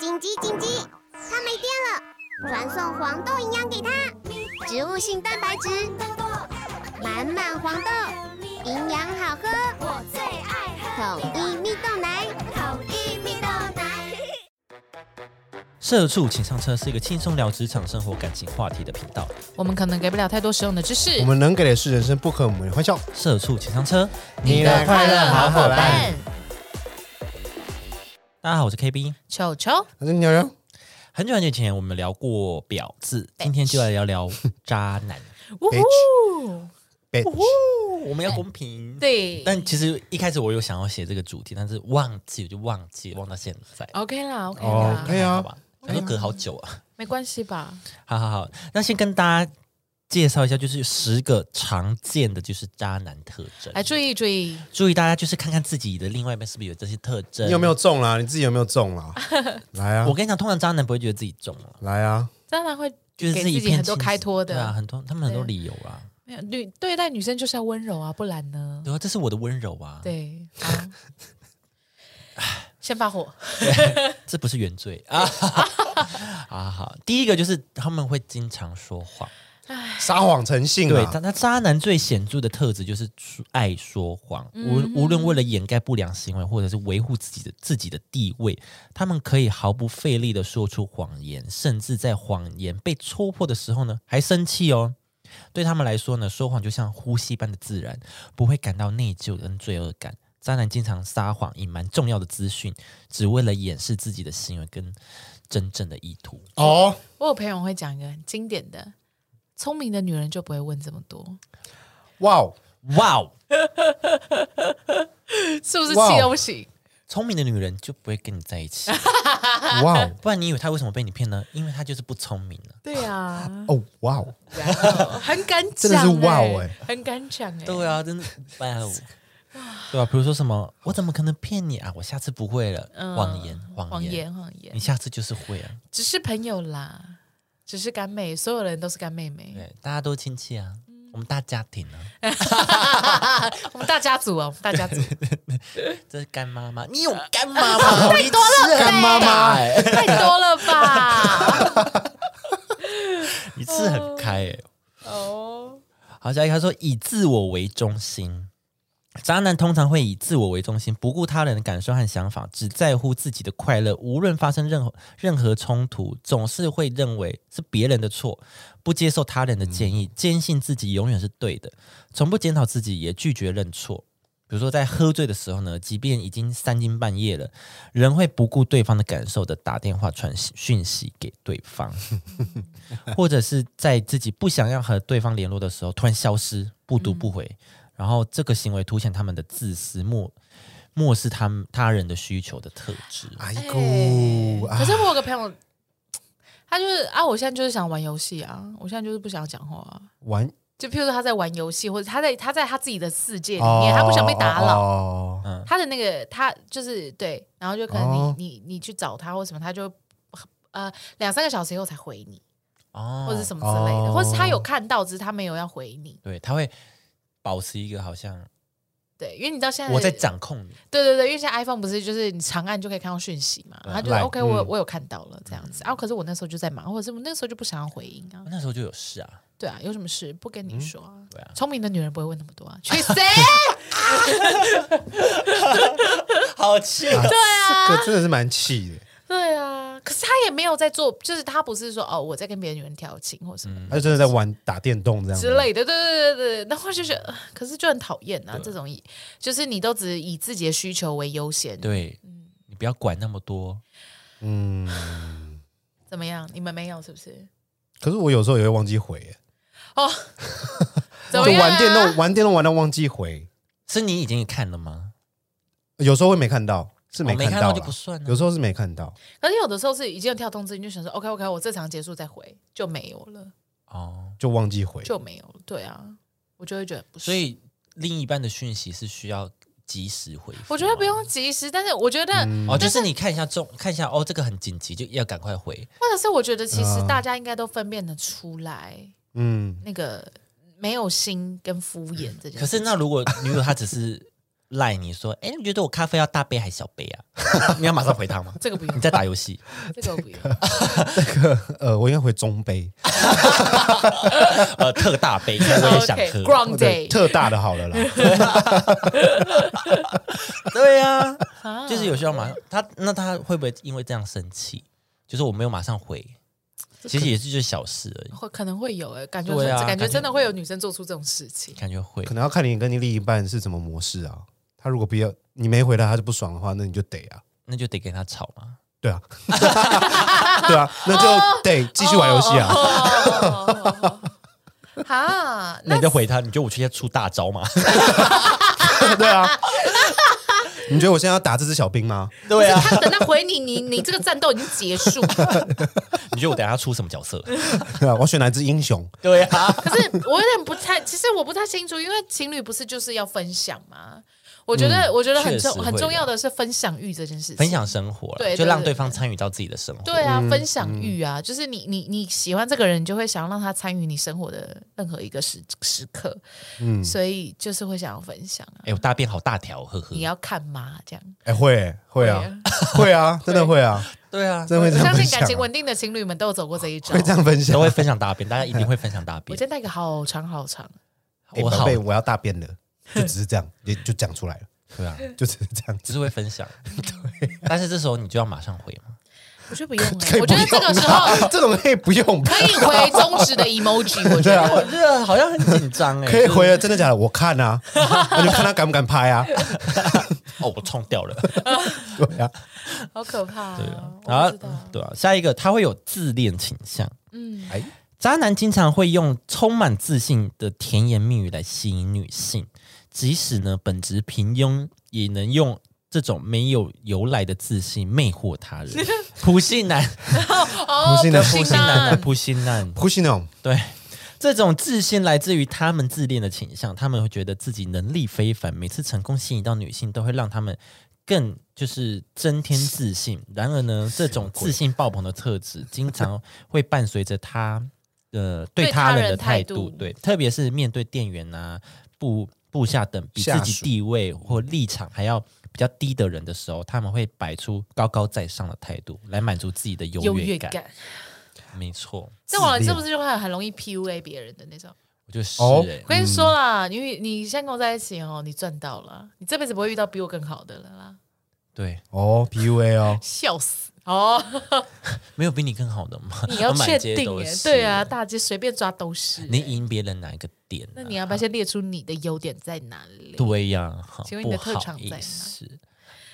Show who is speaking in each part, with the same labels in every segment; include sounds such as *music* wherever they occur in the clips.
Speaker 1: 紧急紧急！它没电了，传送黄豆营养给它，植物性蛋白质，满满黄豆，营养好喝，
Speaker 2: 我最爱
Speaker 1: 统一蜜豆奶。
Speaker 2: 统一蜜豆奶。
Speaker 3: 社畜请上车是一个轻松聊职场、生活、感情话题的频道。
Speaker 4: 我们可能给不了太多实用的知识
Speaker 5: 我。们能给的是人生不可磨灭欢笑。
Speaker 3: 社畜请上车，
Speaker 5: 你的快乐好伙伴，
Speaker 3: 大家好，我是 KB。
Speaker 4: 球球，
Speaker 5: 我是牛牛，
Speaker 3: 很久很久以前我们聊过婊子，今天就来聊聊渣男。
Speaker 4: 呜呼，
Speaker 5: 北
Speaker 3: 哦，我们要公平。。
Speaker 4: 对
Speaker 3: 但其实一开始我有想要写这个主题，但是忘记，我就忘记，忘到现在。
Speaker 4: ，OK 啦，OK
Speaker 5: 哦
Speaker 4: 啦，
Speaker 5: 可以啊
Speaker 3: 好吧，那就隔好久啊。 *laughs*
Speaker 4: 没关系吧？
Speaker 3: 好好好，那先跟大家介绍一下，就是十个常见的就是渣男特征。
Speaker 4: 来注意注意，
Speaker 3: 注意大家就是看看自己的另外一半是不是有这些特征。
Speaker 5: 你有没有中啦？你自己有没有
Speaker 4: *laughs*
Speaker 5: 中啦？来啊
Speaker 3: 我，跟你讲，通常渣男不会觉得自己中了、
Speaker 5: 来啊！
Speaker 4: 当然会
Speaker 3: 就是
Speaker 4: 给
Speaker 3: 己
Speaker 4: 自己
Speaker 3: 骗
Speaker 4: 很多
Speaker 3: 清
Speaker 4: 开
Speaker 3: 醒
Speaker 4: 脱的
Speaker 3: 对啊，很多他们很多
Speaker 4: 对
Speaker 3: 理由啊，
Speaker 4: 没有女对待女生就是要温柔啊，不然呢？
Speaker 3: 对啊，这是我的温柔啊，，
Speaker 4: 对，好，先发火，
Speaker 3: 这不是原
Speaker 4: *laughs*
Speaker 3: 罪 *laughs* 啊，啊好，第一个就是他们会经常说谎，
Speaker 5: 撒谎成性
Speaker 3: 对，
Speaker 5: 啊
Speaker 3: 他！他渣男最显著的特质就是说爱说谎，无无论为了掩盖不良行为，或者是维护自己的自己的地位，他们可以毫不费力的说出谎言，甚至在谎言被戳破的时候呢，还生气哦。对他们来说呢，说谎就像呼吸般的自然，不会感到内疚跟罪恶感。渣男经常撒谎，隐瞒重要的资讯，只为了掩饰自己的行为跟真正的意图。
Speaker 5: 哦，
Speaker 4: 我有朋友会讲一个很经典的，聪明的女人就不会问这么多，
Speaker 5: 哇
Speaker 4: *laughs*
Speaker 5: 哦，
Speaker 3: 哇哦，
Speaker 4: 是不是
Speaker 5: 哇哦
Speaker 4: 气都不行？
Speaker 3: 聪明的女人就不会跟你在一起。
Speaker 5: 哇哦，
Speaker 3: 不然你以为他为什么被你骗呢？因为他就是不聪明了。
Speaker 4: 对 *laughs* 啊，
Speaker 5: 哦，哇哦，
Speaker 4: 然后很敢讲欸，
Speaker 5: 真的是哇哦欸
Speaker 4: 很敢讲哎，
Speaker 3: 对啊，真的，哇哦， *laughs* 对啊，比如说什么，我怎么可能骗你啊？我下次不会了，
Speaker 4: 嗯
Speaker 3: 谎言，谎
Speaker 4: 谎
Speaker 3: 言，
Speaker 4: 言，谎言
Speaker 3: 你，下次就是会啊。
Speaker 4: 只是朋友啦，只是干妹，所有人都是干妹妹。
Speaker 3: 对，大家都亲戚啊，我们大家庭啊，
Speaker 4: 我们大家族啊，我们大家
Speaker 5: *laughs*
Speaker 4: 族
Speaker 3: 这是干妈妈，你有干妈妈？ *laughs* 太多了，干妈妈，哎 *laughs*
Speaker 4: 太多了
Speaker 5: *laughs*
Speaker 4: 吧？
Speaker 3: 你吃很开哎。
Speaker 4: 哦，
Speaker 3: 好，下一个他说以自我为中心。渣男通常会以自我为中心，不顾他人的感受和想法，只在乎自己的快乐。无论发生任何任何冲突，总是会认为是别人的错，不接受他人的建
Speaker 4: 嗯
Speaker 3: 议，坚信自己永远是对的，从不检讨自己，也拒绝认错。比如说，在喝醉的时候呢，即便已经三更半夜了，人会不顾对方的感受的打电话、传讯息给对
Speaker 4: *laughs*
Speaker 3: 方。或者是在自己不想要和对方联络的时候突然消失，不读不回，
Speaker 4: 嗯
Speaker 3: 然后这个行为凸显他们的自私、漠漠视他们他人的需求的特质。
Speaker 5: 哎
Speaker 4: 哎
Speaker 5: 姑，
Speaker 4: 可
Speaker 5: 啊
Speaker 4: 是我有个朋友，他就是啊，我现在就是想玩游戏啊，我现在就是不想讲话、啊。
Speaker 5: 玩
Speaker 4: 就譬如说他在玩游戏，或者他在他在他自己的世界里
Speaker 5: 哦
Speaker 4: 面，，他不想被打扰。
Speaker 5: 扰。
Speaker 4: 他的那个他就是对，然后就可能你、
Speaker 5: 哦
Speaker 4: 你你去找他或什么，他就呃两三个小时以后才回你，
Speaker 3: 哦，
Speaker 4: 或者什么之类的，
Speaker 5: 哦
Speaker 4: 或是他有看到，只是他没有要回你。
Speaker 3: 对，他会保持一个好像
Speaker 4: 对，因为你到现在
Speaker 3: 我在掌控你，
Speaker 4: 对对对，因为现在 iPhone 不是就是你长按就可以看到讯息嘛，
Speaker 3: 对
Speaker 4: 他就说
Speaker 5: Like，
Speaker 4: OK，我
Speaker 5: 嗯
Speaker 4: 我有看到了这样子啊，可是我那时候就在忙，或者是我那时候就不想要回应啊，
Speaker 3: 那时候就有事啊。
Speaker 4: 对啊，有什么事不跟你说啊
Speaker 3: 对啊？
Speaker 4: 聪明的女人不会问那么多啊，去死！
Speaker 3: 好气哦
Speaker 5: 啊这个真的是蛮气的，
Speaker 4: 对啊，可是他也没有在做，就是他不是说哦我在跟别的女人调情或什么。
Speaker 5: 他就真的在玩打电动嗯这样
Speaker 4: 之。类的，对对对对对，然后就觉得，呃可是就很讨厌啊！这种以就是你都只以自己的需求为优先，
Speaker 3: 对，你不要管那么多。
Speaker 5: 嗯，
Speaker 4: 怎么样？你们没有是不是？
Speaker 5: 可是我有时候也会忘记回，耶
Speaker 4: 哦，怎
Speaker 5: 就
Speaker 4: 么样、啊？
Speaker 5: 玩电动，玩电动玩到忘记回，
Speaker 3: 是你已经看了吗？
Speaker 5: 有时候会没看到，是
Speaker 3: 哦没
Speaker 5: 看
Speaker 3: 看到
Speaker 5: 啦
Speaker 3: 就不算啊
Speaker 5: 有时候是没看到，
Speaker 4: 可是有的时候是已经有跳通知，你就想说 OK OK，我这场结束再回就没有了，
Speaker 3: 哦，
Speaker 5: 就忘记回。
Speaker 4: 就没有了。对啊，我就会觉得不是。
Speaker 3: 所以另一半的讯息是需要及时回复吗。
Speaker 4: 我觉得不用及时，但是我觉得，
Speaker 5: 嗯
Speaker 3: 哦，就是你看一下重，看一下哦，这个很紧急，就要赶快回。
Speaker 4: 或者是我觉得，其实
Speaker 5: 啊
Speaker 4: 大家应该都分辨得出来，
Speaker 5: 嗯， *laughs*
Speaker 4: 那个没有心跟敷衍这件事情。
Speaker 3: 嗯可是那如果女友她只是赖你说，哎，你觉得我咖啡要大杯还是小杯啊？你要马上回他吗？ *laughs*
Speaker 4: 这个不
Speaker 3: 你
Speaker 5: *laughs*
Speaker 4: 用，
Speaker 3: 在打游戏，
Speaker 4: 这个不用，
Speaker 5: 呃，我应该回中杯，
Speaker 3: 呃，特大
Speaker 4: *laughs*
Speaker 3: 杯，因为我也想
Speaker 4: 哦 OK，
Speaker 3: 喝。
Speaker 4: Ground
Speaker 5: 或者
Speaker 4: Day
Speaker 5: 特大的好
Speaker 4: *laughs*
Speaker 5: 了啦。
Speaker 3: 对呀、
Speaker 4: 啊
Speaker 3: 就是有时候马上他，那他会不会因为这样生气？就是我没有马上回，其实也是就是小事而已，
Speaker 4: 会可能会有哎、感觉
Speaker 3: 对啊
Speaker 4: 感觉
Speaker 3: 感觉
Speaker 4: 真的会有女生做出这种事情。
Speaker 3: 感觉会
Speaker 5: 可。能要看你跟你另一半是什么模式啊。他如果不要你没回答，他就不爽的话，那你就得啊，
Speaker 3: 那就得跟他吵嘛。
Speaker 5: 对
Speaker 4: *laughs*
Speaker 5: 啊，对啊，那就得继续玩游戏啊。
Speaker 4: 哦。哈，
Speaker 3: 那
Speaker 4: 那
Speaker 3: 你就回他，你觉得我现在出大招吗？
Speaker 4: 哦
Speaker 5: *laughs* 对啊，你觉得我现在要打这只小兵吗？
Speaker 3: 对啊，
Speaker 4: 他等他回你，你你这个战斗已经结
Speaker 5: *laughs*
Speaker 4: 束。
Speaker 3: 你觉得我等一下出什么角色？
Speaker 5: 对啊，我要选哪只英雄？
Speaker 3: 对啊，
Speaker 4: 可是我有点不太，其实我不太清楚，因为情侣不是就是要分享吗？我觉
Speaker 5: 嗯
Speaker 4: 得，我觉得很
Speaker 3: 确实
Speaker 4: 重
Speaker 3: 会的
Speaker 4: 很重要的是分享欲这件事情。
Speaker 3: 分享生活啦，
Speaker 4: 对
Speaker 3: 就
Speaker 4: 对
Speaker 3: 让
Speaker 4: 对
Speaker 3: 对方参与到自己的生活。
Speaker 4: 对
Speaker 5: 嗯
Speaker 4: 啊，分享欲啊，就是你你你喜欢这个人，你就会想要让他参与你生活的任何一个时时刻，嗯，所以就是会想要分享啊。
Speaker 3: 哎，我大便好大条，呵呵
Speaker 4: 你。要看吗？这样
Speaker 5: 哎、会欸会啊，会啊，真的会啊，
Speaker 3: 对啊，
Speaker 5: 真的会
Speaker 4: 我
Speaker 5: 这样
Speaker 4: 相
Speaker 5: 分
Speaker 4: 信
Speaker 5: 享
Speaker 4: 感
Speaker 5: 啊、
Speaker 4: 情稳定的情侣们都有走过这一招
Speaker 5: 会。这样分享
Speaker 3: 都。会分享大便，大家 *laughs* 一定会分享大
Speaker 4: 我
Speaker 3: 便
Speaker 4: 今。天带个好长好长，
Speaker 5: 哎
Speaker 3: 我好
Speaker 5: 宝贝，我要大便了，就只是这样，也就讲出来了，
Speaker 3: 对啊，
Speaker 5: 就只是这样
Speaker 3: 只
Speaker 5: 子。
Speaker 3: 是会分享。对，但是这时候你就要马上回嘛。
Speaker 4: 我觉得不用
Speaker 5: *laughs* 可
Speaker 4: 哎，
Speaker 5: 以
Speaker 4: 我
Speaker 5: 不
Speaker 4: 觉
Speaker 5: 用
Speaker 4: 得这个
Speaker 5: 啊
Speaker 4: 时候
Speaker 5: *laughs* 这种可以不用吧，
Speaker 4: 可以回中指的 emoji，
Speaker 3: *laughs*
Speaker 4: 我觉
Speaker 5: 对啊
Speaker 4: 得。
Speaker 3: 我觉得好像很紧张 *laughs* 哎
Speaker 5: 可以回了，真的假的？我看啊， *laughs* 那就看他敢不敢拍啊。
Speaker 3: 哦，我冲掉了。
Speaker 5: 对啊，
Speaker 4: 好可怕啊
Speaker 3: 对啊，然
Speaker 4: 我
Speaker 3: 后
Speaker 4: 不知道。
Speaker 3: 对啊，下一个他会有自恋倾向。
Speaker 4: 嗯，
Speaker 5: 哎，
Speaker 3: 渣男经常会用充满自信的甜言蜜语来吸引女性，即使呢本质平庸，也能用这种没有由来的自信魅惑他
Speaker 4: *laughs*
Speaker 3: 人。普信男，
Speaker 4: 哦，
Speaker 5: 不信的
Speaker 4: 不
Speaker 3: 普
Speaker 4: 信
Speaker 3: 信男，
Speaker 4: 男，
Speaker 3: 普信男，
Speaker 5: 呼吸那种，
Speaker 3: 对。这种自信来自于他们自恋的倾向，他们会觉得自己能力非凡，每次成功吸引到女性，都会让他们更就是增添自信。然而
Speaker 4: *laughs*
Speaker 3: 呢，
Speaker 4: 啊
Speaker 3: 这种自信爆棚的特质，经常会伴随着他呃对
Speaker 4: 对
Speaker 3: 他
Speaker 4: 他
Speaker 3: 人
Speaker 4: 人
Speaker 3: 的态
Speaker 4: 态
Speaker 3: 度
Speaker 4: 度，
Speaker 3: 对，特别是面对店员啊、部部下等比自
Speaker 5: 下
Speaker 3: 己
Speaker 5: 属
Speaker 3: 地位或立场还要比较低的人的时候，他们会摆出高高在上的态度来满足自己的优
Speaker 4: 优
Speaker 3: 越
Speaker 4: 越
Speaker 3: 感。
Speaker 4: 感。
Speaker 3: 没错，
Speaker 4: 这网人
Speaker 5: 自恋
Speaker 4: 是不是就会很容易 PUA 别人的那种？
Speaker 3: 我就是、
Speaker 5: 哦
Speaker 3: 欸
Speaker 4: 我跟你说啦，因为你现在跟我在一起哦，你赚到了，你这辈子不会遇到比我更好的了啦，
Speaker 3: 对，
Speaker 5: 哦，PUA 哦，
Speaker 4: 笑死哦！
Speaker 3: 没有比你更好的吗？
Speaker 4: *laughs* 你
Speaker 3: *laughs*
Speaker 4: 要
Speaker 3: 满
Speaker 4: 确
Speaker 3: 街
Speaker 4: 定
Speaker 3: 都
Speaker 4: 耶，
Speaker 3: 是
Speaker 4: 对啊，，大街随便抓都是。
Speaker 3: 你赢别人哪一个点、啊？
Speaker 4: 那你要不要先列出你的优点在哪里？
Speaker 3: 对呀、好
Speaker 4: 请问你的特长
Speaker 3: 不好
Speaker 4: 在哪
Speaker 3: 意思，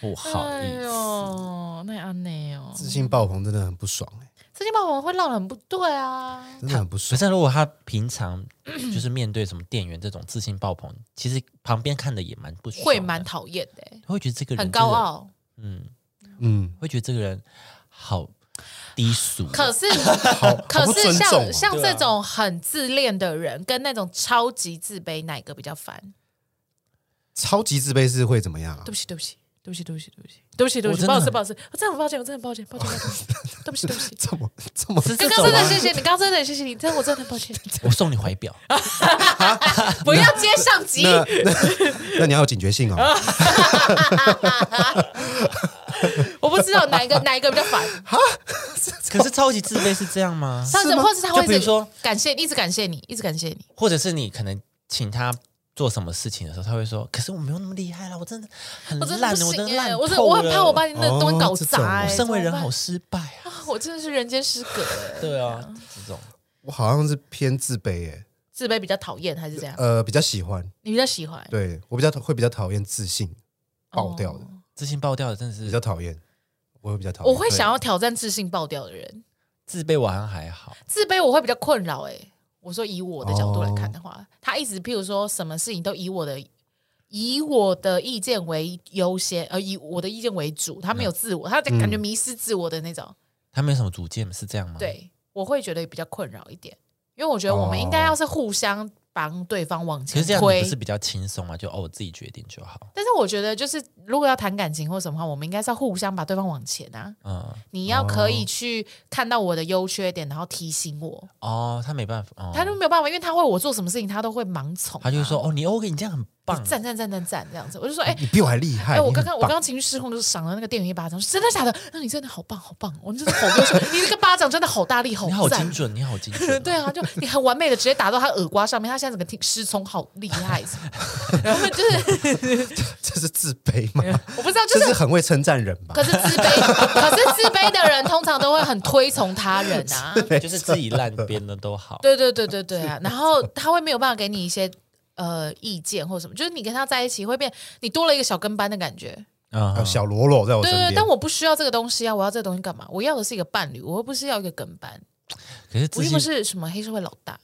Speaker 3: 不好意
Speaker 4: 哎
Speaker 3: 思，
Speaker 4: 呦，那安内哦，
Speaker 5: 自信爆棚真的很不爽哎、
Speaker 4: 这些爆红会让人不对啊。
Speaker 5: 真的很不爽
Speaker 3: 可。是如果他平常 *coughs* 就是面对什么店员这种自信爆棚，其实旁边看的也蛮不爽的，
Speaker 4: 会蛮讨厌的欸、
Speaker 3: 会觉得这个人
Speaker 4: 很高
Speaker 3: 真的，
Speaker 4: 傲。
Speaker 3: 嗯，
Speaker 5: 嗯，
Speaker 3: 会觉得这个人好低俗。
Speaker 4: 可 *laughs* 是，
Speaker 5: 好
Speaker 4: 可
Speaker 5: 不
Speaker 4: 是
Speaker 5: 尊
Speaker 4: 像、
Speaker 5: 重哦
Speaker 4: 像
Speaker 3: 对啊
Speaker 4: 这种很自恋的人，跟那种超级自卑，哪一个比较烦？
Speaker 5: 超级自卑是会怎么样啊
Speaker 4: 对？不起，对不起，对不起，对不起，对不起，对不起，对
Speaker 3: 我
Speaker 4: 不起，
Speaker 3: 真
Speaker 4: 不
Speaker 3: 的
Speaker 4: 好意
Speaker 3: 很
Speaker 4: 思，不好意思，我真的很抱歉，我真的很抱歉，抱歉，抱 *laughs* 歉，对不起，对不起。
Speaker 5: 这么这么
Speaker 3: 是这
Speaker 4: 刚
Speaker 3: 种
Speaker 4: 刚真的
Speaker 3: 啊，
Speaker 4: 谢谢你，刚刚真的谢谢你，真的我 *laughs* 真的很抱歉，
Speaker 3: 我送你怀表，
Speaker 4: 不要接上级。
Speaker 5: 那那那你要有警觉性哦。
Speaker 4: 我不知道哪一个哪一个比较 *laughs* 烦，
Speaker 3: 可是超级自卑是这样吗？
Speaker 4: 上次
Speaker 5: 吗
Speaker 4: 或者是他会
Speaker 3: 就比如说
Speaker 4: 感谢，一直感谢你，一直感谢你。
Speaker 3: 或者是你可能请他做什么事情的时候，他会说：“可是我没有那么厉害啦，我真的很
Speaker 4: 我真的
Speaker 3: 烂
Speaker 4: 不
Speaker 3: 了，我真
Speaker 4: 行
Speaker 3: 的
Speaker 4: 哎、
Speaker 3: 烂
Speaker 4: 我真
Speaker 3: 透
Speaker 4: 我很
Speaker 3: 了
Speaker 4: 怕我把你的东西
Speaker 5: 哦
Speaker 4: 搞
Speaker 5: 这种
Speaker 4: 砸、
Speaker 5: 我
Speaker 4: 哎，
Speaker 3: 身为人
Speaker 4: 怎么办
Speaker 3: 好失败啊。
Speaker 4: *laughs* 我真的是人间失格哎、”
Speaker 3: 对啊，
Speaker 4: *laughs*
Speaker 3: 这种
Speaker 5: 我好像是偏自卑哎、
Speaker 4: 自卑比较讨厌还是怎样？
Speaker 5: 呃，比较喜欢，
Speaker 4: 你比较喜欢
Speaker 5: 对我比较会比较讨厌自信爆掉的，
Speaker 4: 哦
Speaker 3: 自信爆掉的真的是
Speaker 5: 比较讨厌，我会比较讨厌。
Speaker 4: 我会想要挑战自信爆掉的人，
Speaker 3: 自卑，我好像还好。
Speaker 4: 自卑我会比较困扰哎、我说以我的角度来看的话，
Speaker 3: 哦
Speaker 4: 他一直譬如说什么事情都以我的以我的意见为优先，呃，以我的意见为主，他没有自我，他就
Speaker 3: 嗯
Speaker 4: 感觉迷失自我的那种。
Speaker 3: 他没有什么主见，是这样吗？，
Speaker 4: 对，我会觉得比较困扰一点，因为我觉得我们应该要是互相帮对方往
Speaker 3: 其
Speaker 4: 前
Speaker 3: 实这样
Speaker 4: 推
Speaker 3: 你不。是比较轻松嘛？就哦，我自己决定就好。
Speaker 4: 但是我觉得，就是如果要谈感情或什么话，我们应该是要互相把对方往前啊。
Speaker 3: 嗯，
Speaker 4: 你要可以去看到我的优缺点，然后提醒我。
Speaker 3: 哦，他没办法，哦、
Speaker 4: 他都没有办法，因为他为我做什么事情，他都会盲从啊、
Speaker 3: 他就会说：“哦，你 OK，你这样很棒
Speaker 4: 赞赞赞赞赞这样子，我就说，哎、
Speaker 5: 你比我还厉害。
Speaker 4: 哎、我
Speaker 5: 你很
Speaker 4: 刚刚我
Speaker 5: 棒
Speaker 4: 刚刚情绪失控，就是赏了那个店员一巴掌，说真的假的？那你真的好棒好棒，我们真的好优秀，你那个巴掌真的好大 *laughs* 力，好
Speaker 3: 你好
Speaker 4: 赞，
Speaker 3: 精。准，你好精准
Speaker 4: *laughs* 对啊，就你很完美的直接打到他耳瓜上面，他现在整个听失聪，好厉害。然后就是
Speaker 5: 这是自卑吗？
Speaker 4: 我不知 *laughs* 道，就
Speaker 5: 这
Speaker 4: 是
Speaker 5: 是很会称赞人吧
Speaker 4: 可？是自卑，可是自卑的人通常都会很推崇他人啊。
Speaker 3: 就是自己烂编的都
Speaker 4: *laughs*
Speaker 3: 好。
Speaker 4: 对对对对对啊！然后他会没有办法给你一些呃意见或什么，就是你跟他在一起会变，你多了一个小跟班的感觉。
Speaker 3: 啊
Speaker 5: 还有小罗罗在我
Speaker 4: 对
Speaker 5: 身
Speaker 4: 对，
Speaker 5: 边，
Speaker 4: 对但我不需要这个东西啊！我要这个东西干嘛？我要的是一个伴侣，我又不是要一个跟班，
Speaker 3: 可是
Speaker 4: 我
Speaker 3: 自
Speaker 4: 又不
Speaker 3: 信
Speaker 4: 是什么黑社会老大。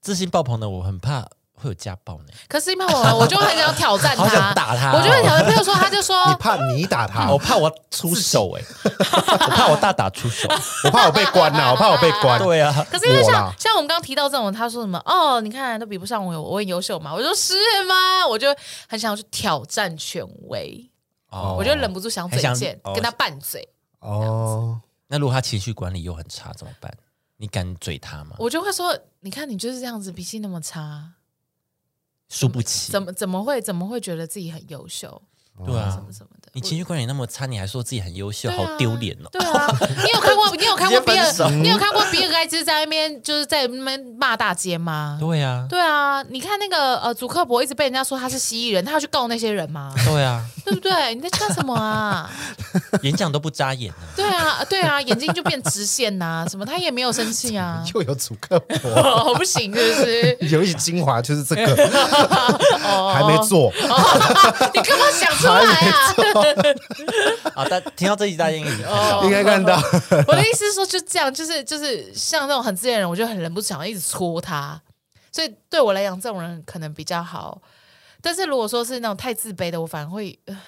Speaker 3: 自信爆棚的，我很怕会有家暴呢，
Speaker 4: 可是因为我我就很想挑战
Speaker 3: 好
Speaker 4: 他，
Speaker 3: 想打他哦
Speaker 4: 我就很挑战。譬如说，他就说
Speaker 5: 你怕你打他，
Speaker 3: 我
Speaker 4: *laughs*
Speaker 5: 我
Speaker 3: 哦怕我出手哎， *laughs* 我怕我大打出手。
Speaker 5: 我怕我被关了，我怕我被关。
Speaker 3: 对啊，
Speaker 4: 可是因为
Speaker 5: 我
Speaker 4: 像
Speaker 5: 啦
Speaker 4: 像我们刚刚提到这种，他说什么哦，你看都比不上我，我很优秀嘛。我说是吗？我就很想要去挑战权威，
Speaker 3: 哦
Speaker 4: 我就忍不住想嘴
Speaker 3: 很想
Speaker 4: 贱，
Speaker 3: 哦
Speaker 4: 跟他拌嘴，
Speaker 5: 哦，，
Speaker 3: 那如果他情绪管理又很差怎么办？你敢嘴他吗？
Speaker 4: 我就会说，你看你就是这样子，脾气那么差，
Speaker 3: 输不起
Speaker 4: 怎。么怎么会怎么会觉得自己很优秀，
Speaker 3: 对
Speaker 4: 什
Speaker 3: 啊
Speaker 4: 么，什么的。
Speaker 3: 你情绪管理那么差，你还说自己很优秀，
Speaker 4: 对啊
Speaker 3: 好丢脸哦。
Speaker 4: 对啊，你有看过你有看过
Speaker 3: 直接
Speaker 4: 比
Speaker 3: 分手
Speaker 4: 尔你有看过比尔盖茨在那边就是在那边骂大街吗？
Speaker 3: 对啊，
Speaker 4: 对啊，你看那个呃，祖克伯一直被人家说他是蜥蜴人，他要去告那些人吗？
Speaker 3: 对啊，
Speaker 4: 对不对？你在干什么啊？
Speaker 3: 演讲都不眨眼啊。
Speaker 4: 对啊，对啊，眼睛就变直线呐、什么他也没有生气
Speaker 3: *laughs*
Speaker 4: 啊
Speaker 5: 又有主客博，
Speaker 4: 哦，不行，是不是？ *laughs*
Speaker 5: 游戏精华就是这个，
Speaker 4: 哦，
Speaker 5: 还没做，
Speaker 4: 你干嘛想出来啊？
Speaker 3: *laughs* 啊，大听到这一集 *laughs* 大家应该已经看
Speaker 4: 哦
Speaker 3: 到了
Speaker 5: 应该看到。
Speaker 3: *laughs*
Speaker 4: 我的意思是说，就这样，就是就是像那种很自恋的人，我就很忍不住想要一直戳他。所以对我来讲，这种人可能比较好。但是如果说是那种太自卑的，我反而会， *sighs* 呃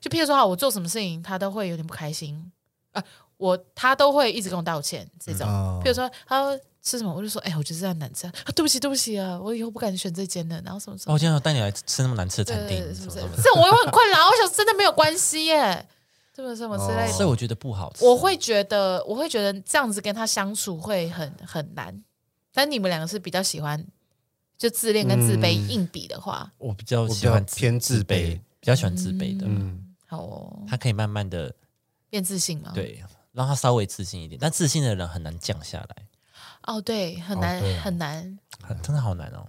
Speaker 4: 就譬如说，好，我做什么事情他都会有点不开心啊、我他都会一直跟我道歉这种。
Speaker 5: 嗯哦
Speaker 4: 譬如说，啊他吃什么，我就说，哎、我觉得这样难吃、啊，对不起，对不起啊，我以后不敢选这间了。然后什么什
Speaker 3: 哦，
Speaker 4: 么，
Speaker 3: 我今天有带你来吃那么难吃的餐
Speaker 4: 对，
Speaker 3: 厅
Speaker 4: 对，对
Speaker 3: 什
Speaker 4: 是
Speaker 3: 么
Speaker 4: 不是
Speaker 3: 什么？？
Speaker 4: 这我也会很困扰，我想真的没有关系耶，这么什么之类的
Speaker 5: 哦。
Speaker 3: 所以我觉得不好吃。
Speaker 4: 我会觉得，我会觉得这样子跟他相处会很很难。但你们两个是比较喜欢就自恋跟自卑
Speaker 5: 嗯
Speaker 4: 硬比的话，
Speaker 3: 我比较
Speaker 5: 比
Speaker 3: 喜欢
Speaker 5: 较偏自卑
Speaker 3: 卑，比较喜欢自卑的。
Speaker 5: 嗯，
Speaker 4: 好哦，
Speaker 3: 他可以慢慢的
Speaker 4: 变自信吗？，
Speaker 3: 对，让他稍微自信一点，但自信的人很难降下来，
Speaker 4: 哦对，很
Speaker 5: 哦
Speaker 4: 难、
Speaker 5: 对啊
Speaker 4: 很难，
Speaker 3: 很真的好难哦。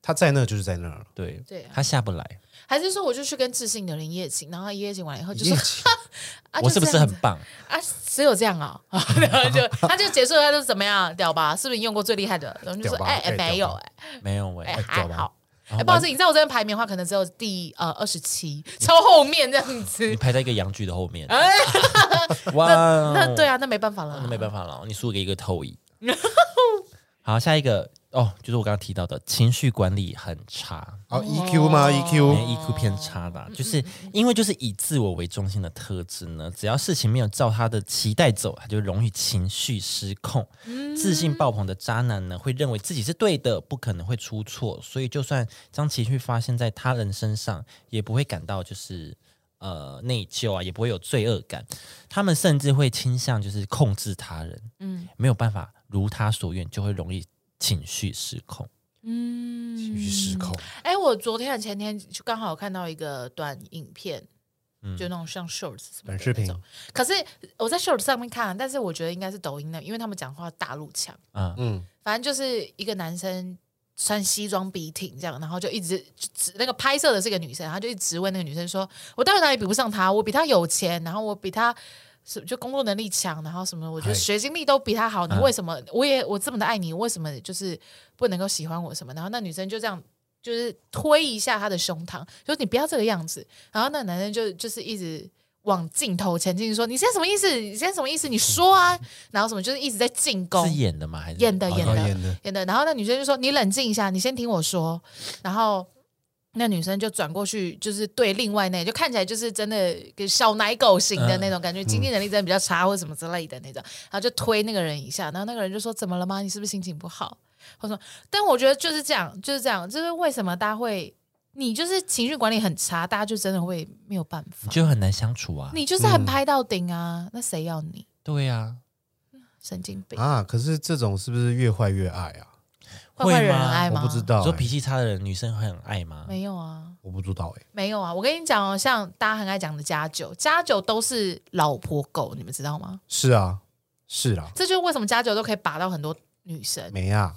Speaker 5: 他在那就是在那儿了。
Speaker 3: 对，
Speaker 4: 对啊
Speaker 3: 他下不来。
Speaker 4: 还是说我就去跟自信的人一夜情，然后一夜情完了以后就
Speaker 5: 一
Speaker 4: 说
Speaker 5: 夜情
Speaker 4: 啊，
Speaker 3: 我
Speaker 4: 就是
Speaker 3: 不
Speaker 4: 这
Speaker 3: 是
Speaker 4: 样
Speaker 3: 很
Speaker 4: 子
Speaker 3: 棒？
Speaker 4: 啊？只有这样啊？ *laughs* 然后就他就结束了，他就怎么样屌吧？是不是你用过最厉害的？然后就说
Speaker 5: 屌吧
Speaker 4: 哎、
Speaker 5: 哎
Speaker 4: 哎没有
Speaker 5: 屌吧
Speaker 4: 哎
Speaker 3: 没有喂
Speaker 4: 哎、，
Speaker 5: 屌
Speaker 4: 还
Speaker 5: 吧
Speaker 4: 好。
Speaker 3: 然
Speaker 4: 哎、
Speaker 3: 后
Speaker 4: 不好意思，
Speaker 3: 完
Speaker 4: 你在我这边排名的话，可能只有第呃二十七，超后面这样子
Speaker 3: 你。排在一个洋剧的后面。 *laughs* 哇哦，
Speaker 4: 哎
Speaker 5: 嗯
Speaker 4: 那对啊，那没办法了，
Speaker 3: 那没办法了，你输给一个透
Speaker 4: *laughs*
Speaker 3: 影。好，下一个哦，就是我刚刚提到的情绪管理很差，
Speaker 5: 哦，EQ 吗
Speaker 4: 哦
Speaker 3: 连
Speaker 5: ？EQ，
Speaker 3: EQ 偏差
Speaker 4: 嗯
Speaker 3: 的啊、就是因为就是以自我为中心的特质呢，只要事情没有照他的期待走，他就容易情绪失控。
Speaker 4: 嗯
Speaker 3: 自信爆棚的渣男呢，会认为自己是对的，不可能会出错，所以就算将情绪发泄在他人身上，也不会感到就是。呃，内疚啊，也不会有罪恶感。他们甚至会倾向就是控制他人，
Speaker 4: 嗯
Speaker 3: 没有办法如他所愿，就会容易情绪失控。
Speaker 4: 嗯，
Speaker 5: 情绪失控。
Speaker 4: 哎、我昨天还前天就刚好看到一个短影片，
Speaker 3: 嗯
Speaker 4: 就那种像 shorts 什么的
Speaker 5: 短视频
Speaker 4: 那种。可是我在 shorts 上面看，但是我觉得应该是抖音的，因为他们讲话大陆腔。
Speaker 3: 啊、
Speaker 5: 嗯，
Speaker 4: 反正就是一个男生穿西装笔挺这样，然后就一直指那个拍摄的是一个女生，她就一直问那个女生说：“我到底哪里比不上他？我比他有钱，然后我比他是就工作能力强，然后什么，我觉得
Speaker 5: 嗨
Speaker 4: 学经历都比他好，你
Speaker 3: 嗯
Speaker 4: 为什么、我也我这么的爱你，为什么就是不能够喜欢我什么？”然后那女生就这样。就是推一下他的胸膛，就说你不要这个样子。然后那男生就就是一直往镜头前进，说你现在什么意思？你现在什么意思？你说啊。然后什么就是一直在进攻
Speaker 3: 是，演的吗？还是
Speaker 4: 演的
Speaker 3: 哦
Speaker 4: 演
Speaker 5: 哦
Speaker 4: 的
Speaker 5: 演的
Speaker 4: 演的。然后那女生就说：“你冷静一下，你先听我说。”然后那女生就转过去，就是对另外那，就看起来就是真的跟小奶狗型
Speaker 5: 嗯
Speaker 4: 的那种感觉，经济能力真的比较差或什么之类的那种。然后就推那个人一下，然后那个人就说：“怎么了吗？你是不是心情不好？”我说：“但我觉得就是这样，就是这样，就是为什么大家会。”你就是情绪管理很差，大家就真的会没有办
Speaker 3: 你
Speaker 4: 法。
Speaker 3: 就很难相处啊。
Speaker 4: 你就是
Speaker 5: 嗯
Speaker 4: 很拍到顶啊，那谁要你？
Speaker 3: 对啊，
Speaker 4: 神经病，
Speaker 5: 啊，可是这种是不是越坏越爱啊？
Speaker 4: 坏坏
Speaker 3: 会
Speaker 4: 人
Speaker 3: 吗
Speaker 4: 爱
Speaker 5: 我
Speaker 4: 吗？
Speaker 5: 不知道
Speaker 3: 你
Speaker 5: 欸，
Speaker 3: 说脾气差的人，女生会很爱吗？
Speaker 4: 没有啊，
Speaker 5: 我不知道哎、
Speaker 4: 没有啊，我跟你讲哦，像大家很爱讲的家酒，家酒都是老婆狗，你们知道吗？
Speaker 5: 是啊，是啦，
Speaker 4: 这就是为什么家酒都可以把到很多女生，
Speaker 5: 没啊，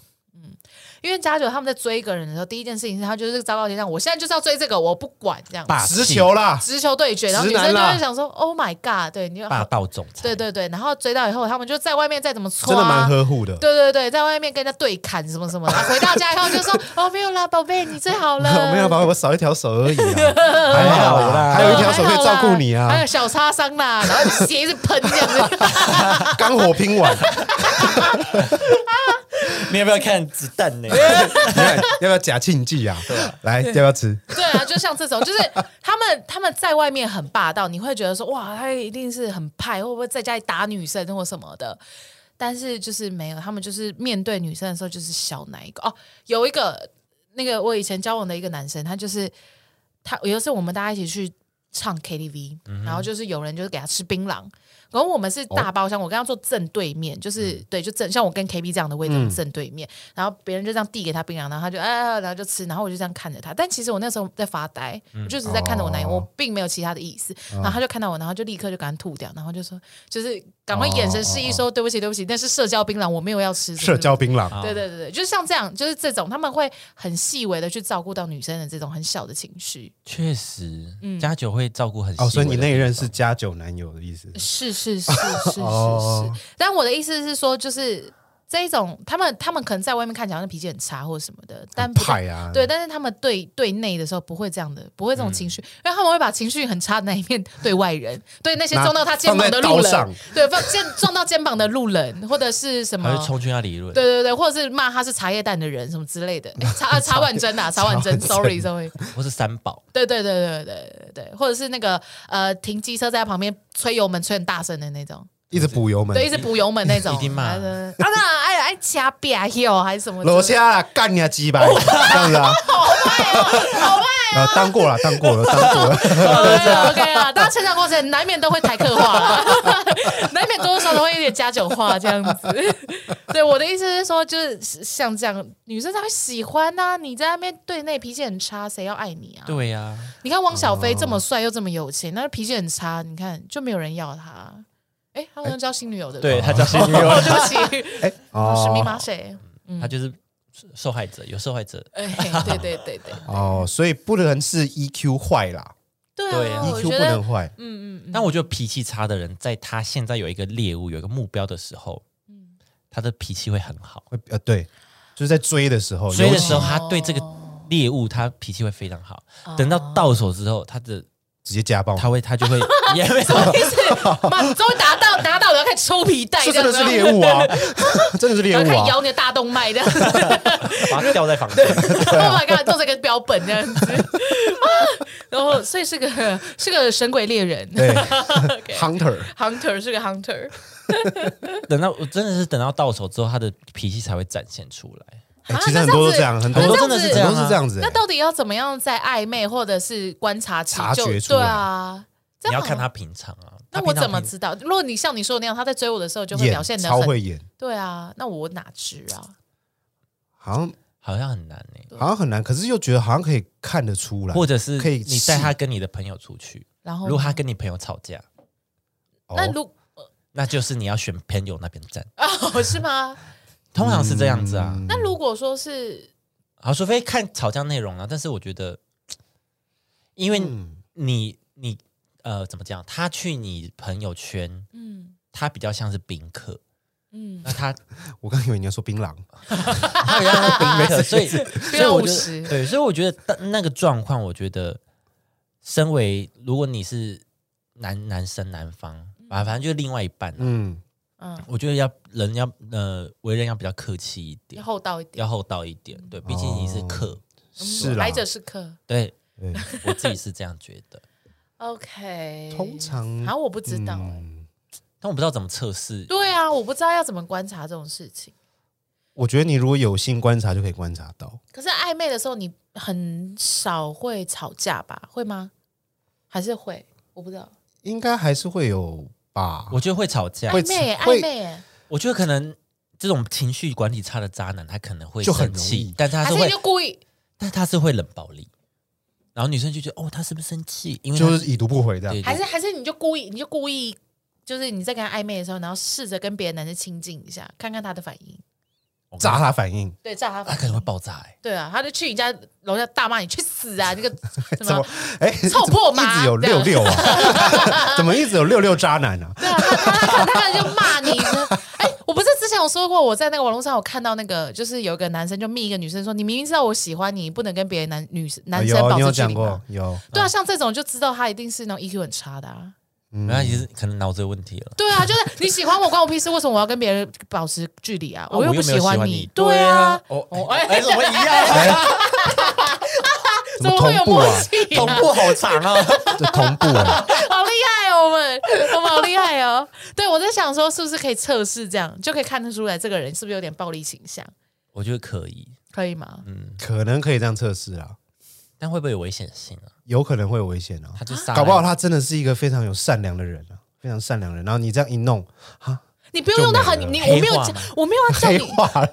Speaker 4: 因为家酒他们在追一个人的时候，第一件事情是他就是昭告天下，我现在就是要追这个，我不管这样子，
Speaker 3: 霸气
Speaker 5: 直球啦，
Speaker 4: 直球对决，然后
Speaker 5: 直
Speaker 4: 女生
Speaker 5: 男
Speaker 4: 就
Speaker 5: 啦
Speaker 4: 会想说，Oh my god，对你
Speaker 3: 霸道总裁，
Speaker 4: 对对对，然后追到以后，他们就在外面再怎么搓、啊
Speaker 5: 真的蛮呵护的。
Speaker 4: 对对对，在外面跟人家对砍什么什么的，啊回到家以后就说 *laughs* 哦没有啦，宝贝，你最好了，
Speaker 5: *laughs* 没有吧？我少一条手而已、啊，
Speaker 3: 还
Speaker 5: 还
Speaker 3: 好
Speaker 5: 好
Speaker 3: 啦
Speaker 5: 啦，
Speaker 4: 对，
Speaker 5: 还有一条手可以照顾你
Speaker 4: 还好啦还
Speaker 5: 啊
Speaker 4: 有，小擦伤啦， *laughs* 然后血一直喷这样子， *laughs*
Speaker 5: 刚火拼完，
Speaker 3: 你要不要看子弹呢？
Speaker 5: 你看要不要假庆忌
Speaker 4: *laughs*
Speaker 5: 啊？来，要不要吃？
Speaker 4: 对啊，就像这种，就是 *laughs* 他们他们在外面很霸道，你会觉得说哇，他一定是很派，会不会在家里打女生或什么的？但是就是没有，他们就是面对女生的时候就是小奶一个哦。有一个那个我以前交往的一个男生，他就是他有一次我们大家一起去唱 KTV，、然后就是有人就是给他吃槟榔，然后我们是大包厢，我跟他坐正对面，就是、对，就正像我跟 KB 这样的位置我们正对面，然后别人就这样递给他槟榔，然后他就哎、啊，然后就吃，然后我就这样看着他，但其实我那时候在发呆，我就只是在看着我男友，
Speaker 5: 哦
Speaker 4: 我并没有其他的意思，然后他就看到我，然后就立刻就赶快吐掉，然后就说就是赶快眼神示意说、对不起对不起，但是社交槟榔我没有要吃，
Speaker 5: 嗯社交槟榔，
Speaker 4: 对啊对对对，就是像这样，就是这种他们会很细微的去照顾到女生的这种很小的情绪。
Speaker 3: 确实，
Speaker 4: 嗯
Speaker 3: 家酒会照顾很细
Speaker 5: 哦，所以
Speaker 3: 微
Speaker 5: 你
Speaker 3: 的
Speaker 5: 那一
Speaker 3: 地
Speaker 5: 任
Speaker 3: 方
Speaker 5: 是加酒男友的意思？
Speaker 4: 是是 *laughs* 是是是
Speaker 5: 哦
Speaker 4: 是，但我的意思是说，就是这一种他们他们可能在外面看起来好像脾气很差或者什么的，但不
Speaker 5: 派啊，嗯
Speaker 4: 对，，但是他们对对内的时候不会这样的，不会这种情绪，因为他们会把情绪很差的那一面对外人，对那些
Speaker 5: 拿
Speaker 4: 撞到他肩膀的
Speaker 5: 放
Speaker 4: 路
Speaker 5: 在刀上
Speaker 4: 人，对放肩撞到肩膀的路人，或者是什
Speaker 3: 还会
Speaker 4: 么。
Speaker 3: 冲去他理论，
Speaker 4: 对对对，或者是骂他是茶叶蛋的人什么之类的，诶 *laughs* 茶啊茶碗蒸啊，茶碗蒸，sorry sorry，
Speaker 3: 或是三宝，
Speaker 4: 对对对对对对对，或者是那个呃停机车在他旁边吹油门吹很大声的那种，
Speaker 5: 一直补油门，
Speaker 4: *laughs* 对，一直补油门那种，
Speaker 3: 一定骂
Speaker 4: 还是啊那哎哎掐壁啊哟还是什么之类的，哦
Speaker 5: 楼下啦，干你啊鸡巴，这样子
Speaker 4: *laughs*
Speaker 5: 啊，啊，当过了，当过了，当过了，
Speaker 4: OK OK 哦啊，大家成长过程难免都会台客话啦， *laughs* 难免多多少少会有点加酒话这样子。对，我的意思是说，就是像这样，女生才会喜欢呐、你在那边对内脾气很差，谁要爱你啊？
Speaker 3: 对呀，
Speaker 4: 你看汪小菲这么帅又这么有钱，但是脾气很差，你看就没有人要他。哎，他好像交新女友的，
Speaker 3: 对
Speaker 4: 哦
Speaker 3: 他叫新女友，
Speaker 4: 对不 *laughs* 起，
Speaker 5: 哎，
Speaker 4: 史密
Speaker 5: 哦，
Speaker 4: 马谁？
Speaker 3: *laughs* 他就是受害者，有受害者，
Speaker 4: 哎，对对对对
Speaker 5: 哦，所以不能是 EQ 坏啦
Speaker 4: 对
Speaker 3: 对啊
Speaker 4: 啊，我
Speaker 5: ，EQ
Speaker 4: 觉
Speaker 5: E 不能
Speaker 4: 得，
Speaker 5: 坏，
Speaker 4: 嗯 *laughs* 嗯嗯，
Speaker 3: 但我觉得脾气差的人，在他现在有一个猎物、有一个目标的时候，
Speaker 4: 嗯
Speaker 3: 他的脾气会很好。
Speaker 5: 会呃，对，就是在追的时候，
Speaker 3: 追
Speaker 5: 尤
Speaker 3: 的
Speaker 5: 其
Speaker 3: 时候，他对这个
Speaker 4: 哦
Speaker 3: 猎物，他脾气会非常好。等到到手之后，他的
Speaker 5: 直接家暴，
Speaker 3: 他会他就会也没有
Speaker 4: 妈，终于达到达到，我要开始抽皮带，
Speaker 5: 这真的是
Speaker 4: 这样子
Speaker 5: 猎物啊， *laughs* 真的是猎
Speaker 4: 然后
Speaker 5: 物
Speaker 4: 开始
Speaker 5: 啊
Speaker 4: 咬，你的大动脉这样 *laughs* 子
Speaker 3: 把他吊在房间。
Speaker 4: ，Oh my god，做这个标本这样子， *laughs* 啊、然后所以是个是个神鬼猎 *laughs* 人
Speaker 5: 对
Speaker 4: 啊
Speaker 5: ，Hunter，
Speaker 4: ，hunter 是个 hunter，
Speaker 3: 等到我真的是等到到手之后，他的脾气才会展现出来。
Speaker 5: 哎
Speaker 4: 啊
Speaker 5: 其实
Speaker 4: 那
Speaker 5: 很多都
Speaker 4: 这样子
Speaker 5: 这样，很
Speaker 4: 那这
Speaker 5: 多都
Speaker 4: 样
Speaker 5: 真
Speaker 4: 子
Speaker 5: 的是很多是这样啊子，
Speaker 4: 那到底要怎么样在暧昧或者是观察期
Speaker 5: 察
Speaker 4: 就
Speaker 5: 觉出
Speaker 4: 对
Speaker 5: 来
Speaker 4: 啊？这
Speaker 3: 你
Speaker 4: 样
Speaker 3: 要
Speaker 4: 好
Speaker 3: 看他平常啊。他
Speaker 4: 那我
Speaker 3: 平常
Speaker 4: 怎么
Speaker 3: 平
Speaker 4: 知道？如果你像你说的那样，他在追我的时候就会表现
Speaker 5: 演
Speaker 4: 的
Speaker 5: 超
Speaker 4: 很
Speaker 5: 会演，
Speaker 4: 对啊，那我哪知啊？
Speaker 5: 好像
Speaker 3: 好像很难呢、
Speaker 5: 好像很难，可是又觉得好像可以看得出来，
Speaker 3: 或者是
Speaker 5: 可以
Speaker 3: 你带
Speaker 5: 试
Speaker 3: 他跟你的朋友出去，
Speaker 4: 然后
Speaker 3: 如果他跟你朋友吵架，
Speaker 5: 哦
Speaker 4: 那如 *laughs*
Speaker 3: 那就是你要选朋友那边站，
Speaker 4: 哦是吗？
Speaker 3: 通常是这样子啊。
Speaker 5: 嗯
Speaker 4: 那如果说是
Speaker 3: 好，除非看吵架内容啊，但是我觉得，因为
Speaker 5: 嗯
Speaker 3: 你你呃怎么讲，他去你朋友圈，
Speaker 4: 嗯
Speaker 3: 他比较像是宾客，
Speaker 4: 嗯，
Speaker 3: 那他
Speaker 5: 我刚以为你要说槟榔，
Speaker 3: 他比较像是宾客，所以所以
Speaker 4: 要
Speaker 3: 我
Speaker 4: 务
Speaker 3: 觉
Speaker 4: 实
Speaker 3: 得对，所以我觉得当那个状况，我觉得，身为如果你是男男生男方啊，反正就是另外一半、啊，
Speaker 5: 嗯，
Speaker 4: 嗯
Speaker 3: 我觉得要人要呃为人要比较客气一
Speaker 4: 要
Speaker 3: 点，
Speaker 4: 厚道一点。嗯
Speaker 3: 要厚道一点，对，毕竟你是客，
Speaker 5: 是啦
Speaker 4: 来，者是客。
Speaker 3: 对
Speaker 5: 对
Speaker 3: 我自己是这样觉得。
Speaker 4: OK，
Speaker 5: 通常
Speaker 4: 啊，我不知道、欸
Speaker 5: 嗯
Speaker 3: 但我不知道怎么测试，
Speaker 4: 对啊，我不知道要怎么观察这种事情。
Speaker 5: 我觉得你如果有心观察，就可以观察到。
Speaker 4: 可是暧昧的时候，你很少会吵架吧？会吗？还是会？我不知道。
Speaker 5: 应该还是会有吧。
Speaker 3: 我觉得会吵架，
Speaker 5: 会
Speaker 4: 暧昧、欸，
Speaker 5: 会
Speaker 4: 暧昧、欸，
Speaker 3: 我觉得可能这种情绪管理差的渣男，他可能会
Speaker 5: 就很
Speaker 3: 生
Speaker 5: 容易
Speaker 3: 气，但他
Speaker 4: 还
Speaker 3: 是
Speaker 4: 是
Speaker 3: 会
Speaker 4: 你就故意？
Speaker 3: 但他是会冷暴力，然后女生就觉得哦，他是不是生气？因为
Speaker 5: 就
Speaker 3: 他
Speaker 5: 是已读不回的
Speaker 3: 对，
Speaker 4: 还是还是你就故意你就故意，就是你在跟他暧昧的时候，然后试着跟别的男生亲近一下，看看他的反应。
Speaker 5: 炸他反应，
Speaker 4: 对，照
Speaker 3: 他
Speaker 4: 他反
Speaker 3: 可能
Speaker 4: 应。
Speaker 3: 会爆炸哎、
Speaker 4: 对啊，他就去你家楼下大骂你去死啊！这个什
Speaker 5: 怎
Speaker 4: 么
Speaker 5: 么？哎，
Speaker 4: 臭破马
Speaker 5: 怎么一直有六六啊， *laughs* 怎么一直有六六渣男啊？
Speaker 4: 对啊，他他他他他就骂你 *laughs* 说，哎、我不是之前有说过，我在那个网络上有看到那个，就是有一个男生就密一个女生说，你明明知道我喜欢你，你不能跟别的男女生男生
Speaker 5: 哦有
Speaker 4: 保
Speaker 5: 哎你有
Speaker 4: 持距
Speaker 5: 讲
Speaker 4: 离
Speaker 5: 过
Speaker 4: 吗？
Speaker 5: 有，
Speaker 4: 对啊，像这种就知道他一定是那种 EQ 很差的啊。
Speaker 5: 嗯
Speaker 3: 那也是可能脑子有问题了。
Speaker 4: 对啊，就是你喜欢我关我屁事，为什么我要跟别人保持距离啊？
Speaker 3: 啊
Speaker 4: 又不
Speaker 3: 没有
Speaker 4: 喜欢
Speaker 3: 你，
Speaker 4: 对啊，
Speaker 3: 哦，
Speaker 4: 哦
Speaker 3: 哎
Speaker 4: 哎
Speaker 3: 哎，怎么一样？
Speaker 5: 哎，
Speaker 4: 怎
Speaker 5: 怎么
Speaker 4: 么会有
Speaker 5: 同步
Speaker 4: 默
Speaker 5: 啊？
Speaker 4: 契、
Speaker 3: 同
Speaker 4: 啊？
Speaker 3: 步好长啊！
Speaker 5: 这同步啊，
Speaker 4: 好厉害哦，我们我们好厉害哦！对我在想说，是不是可以测试这样，就可以看得出来这个人是不是有点暴力倾向，
Speaker 3: *laughs* 我觉得可以，
Speaker 4: 可以吗？
Speaker 5: 可能可以这样测试啊，
Speaker 3: 但会不会有危险性啊？
Speaker 5: 有可能会有危险啊
Speaker 3: 他，就杀，
Speaker 5: 搞不好他真的是一个非常有善良的人啊，非常善良的人，然后你这样一弄，
Speaker 4: 你不用用到很你，我没有
Speaker 3: 黑化
Speaker 4: 讲
Speaker 3: 嘛，
Speaker 4: 我没有要叫
Speaker 5: 黑
Speaker 4: 你
Speaker 5: 化了，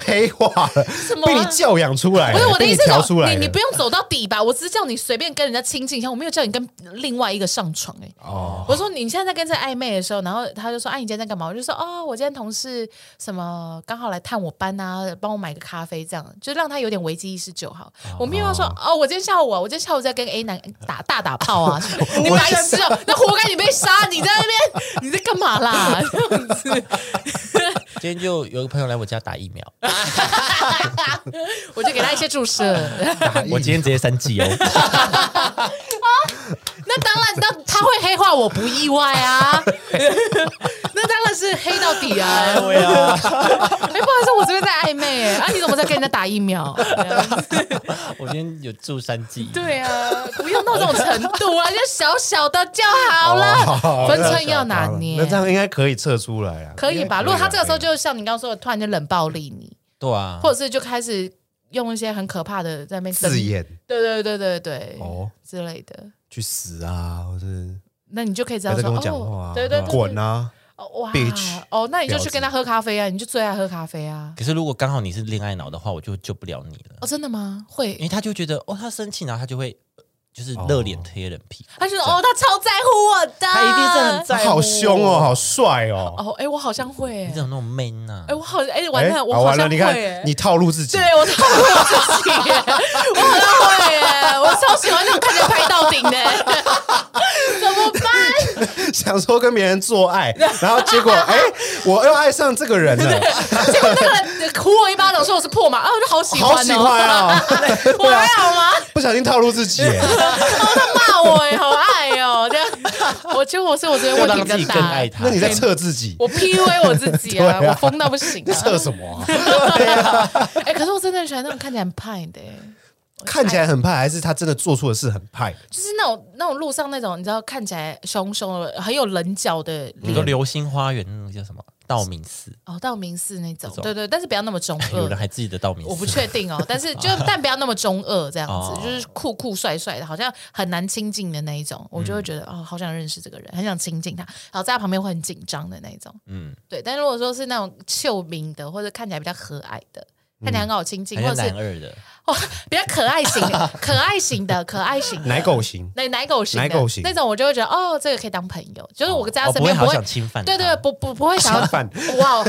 Speaker 5: *laughs* 黑化了，
Speaker 4: 什么啊、
Speaker 5: 被你教养出来了，
Speaker 4: 不是我的
Speaker 5: 被
Speaker 4: 意
Speaker 5: 你
Speaker 4: 思
Speaker 5: 调
Speaker 4: 是
Speaker 5: 出
Speaker 4: 说，
Speaker 5: 来
Speaker 4: 你
Speaker 5: 了，
Speaker 4: 你不用走到底吧？我只是叫你随便跟人家亲近一下，我没有叫你跟另外一个上床哎、
Speaker 5: 哦，
Speaker 4: 我说你现在在跟这暧昧的时候，然后他就说：“哎、你今天在干嘛？”我就说：“哦，我今天同事什么刚好来探我班啊，帮我买个咖啡，这样就让他有点危机意识就好。我没有要说哦，我今天下午啊，我今天下午在跟 A 男打大打炮啊，你白痴哦，那活该你被杀！你在那边你在干嘛啦？这样 *laughs* 子，
Speaker 3: 今天就有个朋友来我家打疫苗，
Speaker 4: 我就给他一些注射。
Speaker 3: 我今天直接三剂哦。
Speaker 4: *laughs* 那当然，那他会黑化，我不意外啊。 *laughs* 那当然是黑到底啊！
Speaker 3: 对啊，
Speaker 4: 哎、不好意思，我这边在暧昧、哎，啊，你怎么在跟人家打疫
Speaker 5: *laughs*
Speaker 4: 苗？这样子
Speaker 3: *laughs* 我今天有住三剂。
Speaker 4: 对啊，不用到这种程度啊，就小小的就好
Speaker 5: 哦
Speaker 4: 了，分寸
Speaker 5: *laughs*
Speaker 4: 要拿捏
Speaker 5: 那，这样应该可以测出来啊，
Speaker 4: 可以吧？
Speaker 5: 应
Speaker 4: 如
Speaker 5: 该
Speaker 4: 果他
Speaker 5: 啊
Speaker 4: 这个时候就像你刚刚说的，突然就冷暴力你，
Speaker 3: 对啊，
Speaker 4: 或者是就开始用一些很可怕的在那边
Speaker 5: 字，眼
Speaker 4: 对对对对对，
Speaker 5: 啊哦
Speaker 4: 之类的，
Speaker 5: 去死啊，或是
Speaker 4: 那你就可以知
Speaker 5: 不
Speaker 4: 道
Speaker 5: 要
Speaker 4: 说，
Speaker 5: 再跟我讲话
Speaker 4: 哦
Speaker 5: 啊，，
Speaker 4: 对对对，
Speaker 5: 滚啊，
Speaker 4: 哦哇
Speaker 5: bitch，
Speaker 4: 哦，那你就去
Speaker 5: 婊子
Speaker 4: 跟他喝咖啡啊，你就最爱喝咖啡啊。
Speaker 3: 可是如果刚好你是恋爱脑的话，我就救不了你了，
Speaker 4: 哦，真的吗？
Speaker 3: 因为
Speaker 4: 会，
Speaker 3: 他就觉得哦，他生气，然后他就会呃就是热脸贴冷屁股，
Speaker 4: 他就说哦，他超在乎我的，
Speaker 3: 他一定是很在乎
Speaker 5: 好凶哦，。好帅哦，
Speaker 4: 哦，哎，我好像会，
Speaker 3: 你
Speaker 4: 哎
Speaker 3: 怎么那么啊 man 呢、
Speaker 4: 哎，我好，哎，完
Speaker 5: 哎，
Speaker 4: 了，我
Speaker 5: 好
Speaker 4: 好
Speaker 5: 完了，
Speaker 4: 像
Speaker 5: 你
Speaker 4: 会，
Speaker 5: 看
Speaker 4: 哎
Speaker 5: 你套路自己
Speaker 4: 对，我超会我自
Speaker 3: *laughs*
Speaker 4: 己耶，我好像会耶，我超喜欢那种看起来拍到顶的，
Speaker 3: *laughs*
Speaker 4: 怎么办？
Speaker 5: 想说跟别人做爱，然后
Speaker 4: *laughs*
Speaker 5: 结果哎，我又爱上这个人了，
Speaker 4: 结果那个人苦我一巴掌，说我是破马，啊，我就好喜欢、哦，
Speaker 5: 好喜欢啊，
Speaker 4: 我还好吗？
Speaker 5: 不小心套路自 *laughs* 己耶，
Speaker 3: 啊
Speaker 4: 骂我哎，好爱哦，这样，我觉得我是我这边
Speaker 3: 就
Speaker 4: 问
Speaker 3: 让
Speaker 4: 题
Speaker 3: 自己
Speaker 4: 比较
Speaker 3: 更
Speaker 4: 大
Speaker 3: 爱，他。
Speaker 5: 那你在测自己，
Speaker 4: 我 PUA 我自己啊，
Speaker 5: 对啊
Speaker 4: 我疯到不行
Speaker 5: 你
Speaker 4: 啊，
Speaker 5: 测什么啊？
Speaker 4: 哎、可是我真的很喜欢那种看起来很派的、哎
Speaker 5: 看起来很派，还是他真的做出的事很派？
Speaker 4: 就是那种那种路上那种你知道看起来凶凶的，很有棱角的
Speaker 3: 你
Speaker 4: 脸
Speaker 3: 说流星花园那个叫什么道明寺？
Speaker 4: 哦，道明寺那种，
Speaker 3: 种哎
Speaker 4: 对对，但是不要那么中
Speaker 3: 有人
Speaker 4: 二。
Speaker 3: 还记得道明寺？
Speaker 4: 嗯我不确定哦，但是
Speaker 3: *laughs*
Speaker 4: 就但不要那么中二这样
Speaker 3: 哦
Speaker 4: 子，就是酷酷帅帅的，好像很难亲近的那一
Speaker 3: 嗯
Speaker 4: 种，我就会觉得哦，好想认识这个人，很想亲近他，然后在他旁边会很紧张的那一种。
Speaker 3: 嗯，
Speaker 4: 对，但如果说是那种秀明的，或者看起来比较和蔼的，看起来很好亲近，
Speaker 3: 还
Speaker 4: 或
Speaker 3: 是
Speaker 4: 者是
Speaker 3: 男二的，
Speaker 4: 哦比较可爱型的、 *laughs* 可爱型的、可爱型的
Speaker 3: *laughs*
Speaker 5: 奶狗 *laughs* 型，
Speaker 4: 奶奶狗型的、
Speaker 5: 奶狗型
Speaker 4: 那种，我就会觉得哦，这个可以当朋友，就是我在他
Speaker 3: 哦
Speaker 4: 身
Speaker 3: 不会
Speaker 4: 边
Speaker 3: 好
Speaker 4: 不会，
Speaker 3: 想侵犯他，
Speaker 4: 对对，不不不会想
Speaker 5: *laughs*
Speaker 4: 要
Speaker 5: 犯
Speaker 4: 哇哦，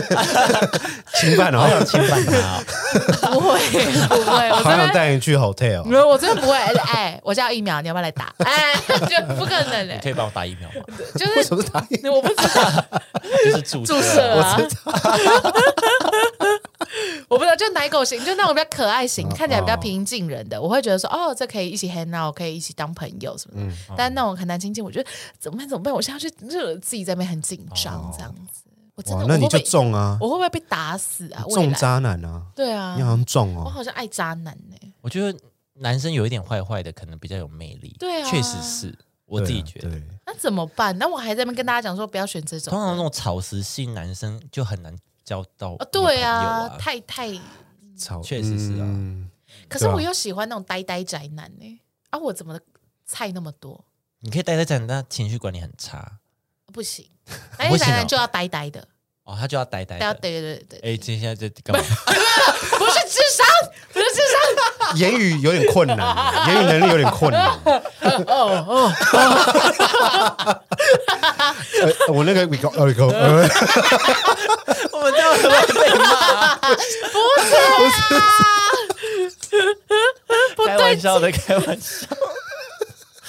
Speaker 5: 侵犯
Speaker 3: 好
Speaker 5: 哦
Speaker 3: 想，侵犯他哦。
Speaker 4: 不
Speaker 5: *laughs*
Speaker 4: 会不会，我
Speaker 5: 好
Speaker 4: 真
Speaker 5: 想
Speaker 4: 的。
Speaker 5: 带你去 hotel
Speaker 4: 没有，我真的不会。哎哎，我叫疫苗，你要不要来打？ *laughs* 哎，就不可能
Speaker 5: *laughs*
Speaker 3: 你
Speaker 4: 哎、
Speaker 3: 可以帮我打疫苗
Speaker 4: *laughs*
Speaker 3: 吗？
Speaker 4: 就
Speaker 5: 为什
Speaker 4: 是
Speaker 5: 么答应？
Speaker 4: 我不知道
Speaker 3: 就是注
Speaker 4: 注射啊，我不知道，就奶狗型，就那种比较可爱
Speaker 5: 哦
Speaker 4: 型，看起来比较平易近人的，我会觉得说，哦，这可以一起 hang out，可以一起当朋友什么
Speaker 5: 嗯
Speaker 4: 的。但那种很难亲近，我觉得怎么办？怎么办？我现在去惹自己在那边很紧张，这样子，我真
Speaker 5: 哦哇
Speaker 4: 的，，
Speaker 5: 那
Speaker 4: 我
Speaker 5: 你
Speaker 4: 会
Speaker 5: 就
Speaker 4: 被
Speaker 5: 中啊，
Speaker 4: 我会不会被打死啊？未
Speaker 5: 中
Speaker 4: 来
Speaker 5: 渣男啊，
Speaker 4: 对啊
Speaker 5: 你，好像中
Speaker 4: 我
Speaker 5: 哦，
Speaker 4: 好像爱渣男欸呢、
Speaker 3: 我觉得男生有一点坏坏的，可能比较有魅力。
Speaker 4: 对啊
Speaker 3: 确实是我自己觉得。
Speaker 5: 对啊，
Speaker 4: 那怎么办？那我还在那边跟大家讲说不要选这种
Speaker 3: 通。常那种草食性男生就很难交到
Speaker 4: 哦，对
Speaker 3: 啊
Speaker 4: 啊，，太太。
Speaker 5: 对草
Speaker 3: 确实是啊
Speaker 5: 嗯
Speaker 4: 可是
Speaker 5: 对啊
Speaker 4: 我又喜欢那种呆呆宅男呢、啊，我怎么菜那么多？
Speaker 3: 你可以待在这里，但他情绪管理很差
Speaker 4: 不 *laughs* 行，呆
Speaker 3: 不行哦
Speaker 4: 呆宅男就要呆呆的，
Speaker 3: 哦，他就要呆呆
Speaker 4: 呆
Speaker 3: 的。
Speaker 4: 哎对对对对， *laughs*
Speaker 3: 哎，今天现在在干嘛？
Speaker 4: 不是智商，不是智商，
Speaker 5: *laughs* 言语有点困 *laughs* 难，言语能力有点困难。哦 *laughs* 呃我那个 we go we go，呃 *laughs*
Speaker 3: 我们这样会不会被骂？不是、开玩笑的，开玩笑。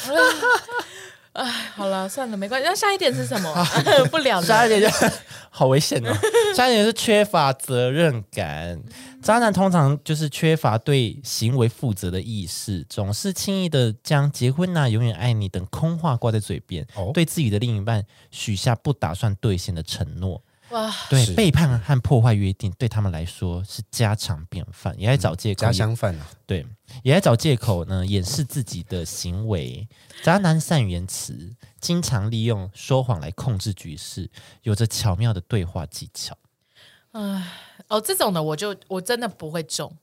Speaker 4: *laughs* 好了，算了，没关系。那下一点是什么？ *laughs* 不聊了。
Speaker 3: 渣男就好危险
Speaker 5: *laughs*
Speaker 3: 哦。渣男是缺乏责任感，渣男通常就是缺乏对行为负责的意识，总是轻易的将结婚呐、永远爱你等空话挂在嘴边，
Speaker 5: 哦
Speaker 3: 对自己的另一半许下不打算兑现的承诺。
Speaker 4: 哇，
Speaker 3: 对
Speaker 5: 是
Speaker 3: 背叛和破坏约定，对他们来说是家常便饭，也爱找借口，
Speaker 5: 加相反啊，
Speaker 3: 对，也在找借口呢，掩饰自己的行为。渣男善于言辞，经常利用说谎来控制局势，有着巧妙的对话技巧。
Speaker 4: 哦，这种的我就我真的不会中。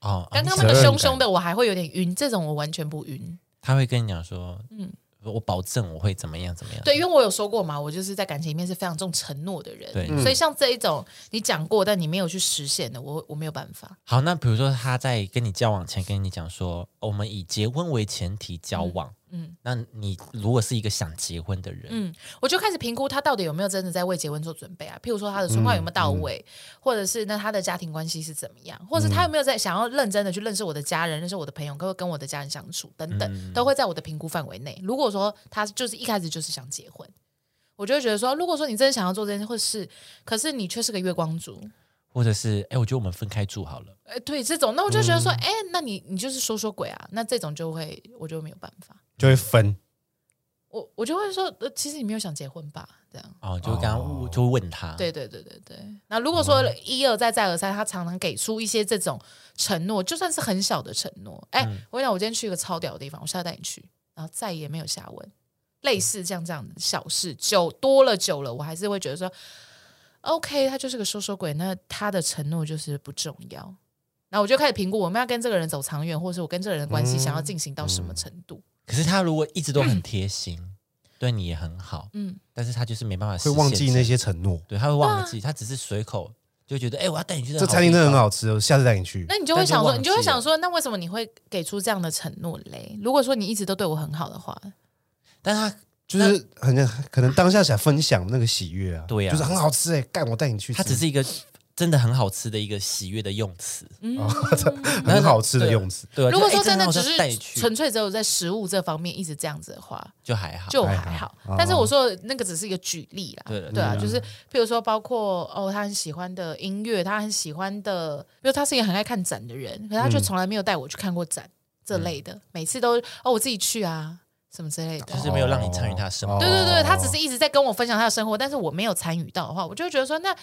Speaker 3: 哦，
Speaker 4: 刚刚
Speaker 5: 你
Speaker 4: 那个
Speaker 5: 责任
Speaker 4: 凶
Speaker 5: 感
Speaker 4: 凶的我还会有点晕，这种我完全不晕。
Speaker 3: 他会跟你讲说，嗯，我保证我会怎么样怎么样。
Speaker 4: 对，因为我有说过嘛，我就是在感情里面是非常重承诺的人，
Speaker 3: 对
Speaker 4: 所以像这一种你讲过但你没有去实现的，我我没有办法。
Speaker 3: 好，那比如说他在跟你交往前跟你讲说，哦我们以结婚为前提交往，嗯，那你如果是一个想结婚的人，
Speaker 4: 嗯，我就开始评估他到底有没有真的在为结婚做准备啊，譬如说他的说话有没有到位，或者是那他的家庭关系是怎么样，或者是他有没有在想要认真的去认识我的家人、认识我的朋友，跟跟我的家人相处等等，都会在我的评估范围内。如果说他就是一开始就是想结婚。我就会觉得说，如果说你真的想要做这件事，或是可是你却是个月光族，
Speaker 3: 或者是哎、我觉得我们分开住好了。
Speaker 4: 呃，对这种，那我就觉得说，哎、那你你就是说说鬼啊，那这种就会我就没有办法，
Speaker 5: 就会分。
Speaker 4: 我我就会说，呃，其实你没有想结婚吧？这样，
Speaker 3: 哦，就刚刚、
Speaker 5: 哦
Speaker 3: 就问他，
Speaker 4: 对对对对对。那如果说一而再再而三，他常常给出一些这种承诺，就算是很小的承诺，哎、我跟你讲，我今天去一个超屌的地方，我下次带你去，然后再也没有下文。类似这样这样的小事，久多了久了，我还是会觉得说，OK，他就是个说说鬼，那他的承诺就是不重要。然后我就开始评估，我们要跟这个人走长远，或是我跟这个人的关系想要进行到什么程度。
Speaker 3: 可是他如果一直都很贴心，对你也很好，
Speaker 4: 嗯
Speaker 3: 但是他就是没办法
Speaker 5: 会
Speaker 3: 实
Speaker 5: 忘
Speaker 3: 现
Speaker 5: 记
Speaker 3: 这
Speaker 5: 那，些承诺。
Speaker 3: 对，他会忘记，他只是随口就觉得，哎、我要带你去
Speaker 5: 这餐厅
Speaker 3: 地
Speaker 5: 真的很
Speaker 3: 方，
Speaker 5: 好吃，我下次带你去。
Speaker 4: 那你就会
Speaker 3: 但就
Speaker 4: 想说，
Speaker 3: 忘
Speaker 4: 你就会
Speaker 3: 记
Speaker 4: 想
Speaker 3: 了
Speaker 4: 说，那为什么你会给出这样的承诺嘞？如果说你一直都对我很好的话，
Speaker 3: 但他
Speaker 5: 就是很可能当下想分享那个喜悦啊，
Speaker 3: 对啊
Speaker 5: 就是很好吃哎，干我带你去吃，
Speaker 3: 他只是一个真的很好吃的一个喜悦的用词， *laughs*
Speaker 5: 很好吃的用词，
Speaker 3: 对啊、
Speaker 4: 嗯如果
Speaker 3: 就
Speaker 4: 说
Speaker 3: 哎
Speaker 4: 真的
Speaker 3: 好
Speaker 4: 只
Speaker 3: 像带你
Speaker 4: 是
Speaker 3: 去
Speaker 4: 纯粹只有在食物这方面一直这样子的话，
Speaker 3: 就还好，
Speaker 4: 就
Speaker 5: 还
Speaker 4: 还好
Speaker 5: 好哦。
Speaker 4: 但是我说的那个只是一个举例啦，
Speaker 3: 对了
Speaker 4: 对啊，
Speaker 5: 嗯
Speaker 3: 对了
Speaker 4: 就是譬如说包括哦，他很喜欢的音乐，他很喜欢的，比如他是一个很爱看展的人，可是他
Speaker 3: 嗯
Speaker 4: 却从来没有带我去看过展这类的，每次都哦我自己去啊什么之类的
Speaker 3: 就。是没有让你参与他的生活，
Speaker 5: 哦
Speaker 4: 对对对，他只是一直在跟我分享他的生活，但是我没有参与到的话，我就会觉得说，那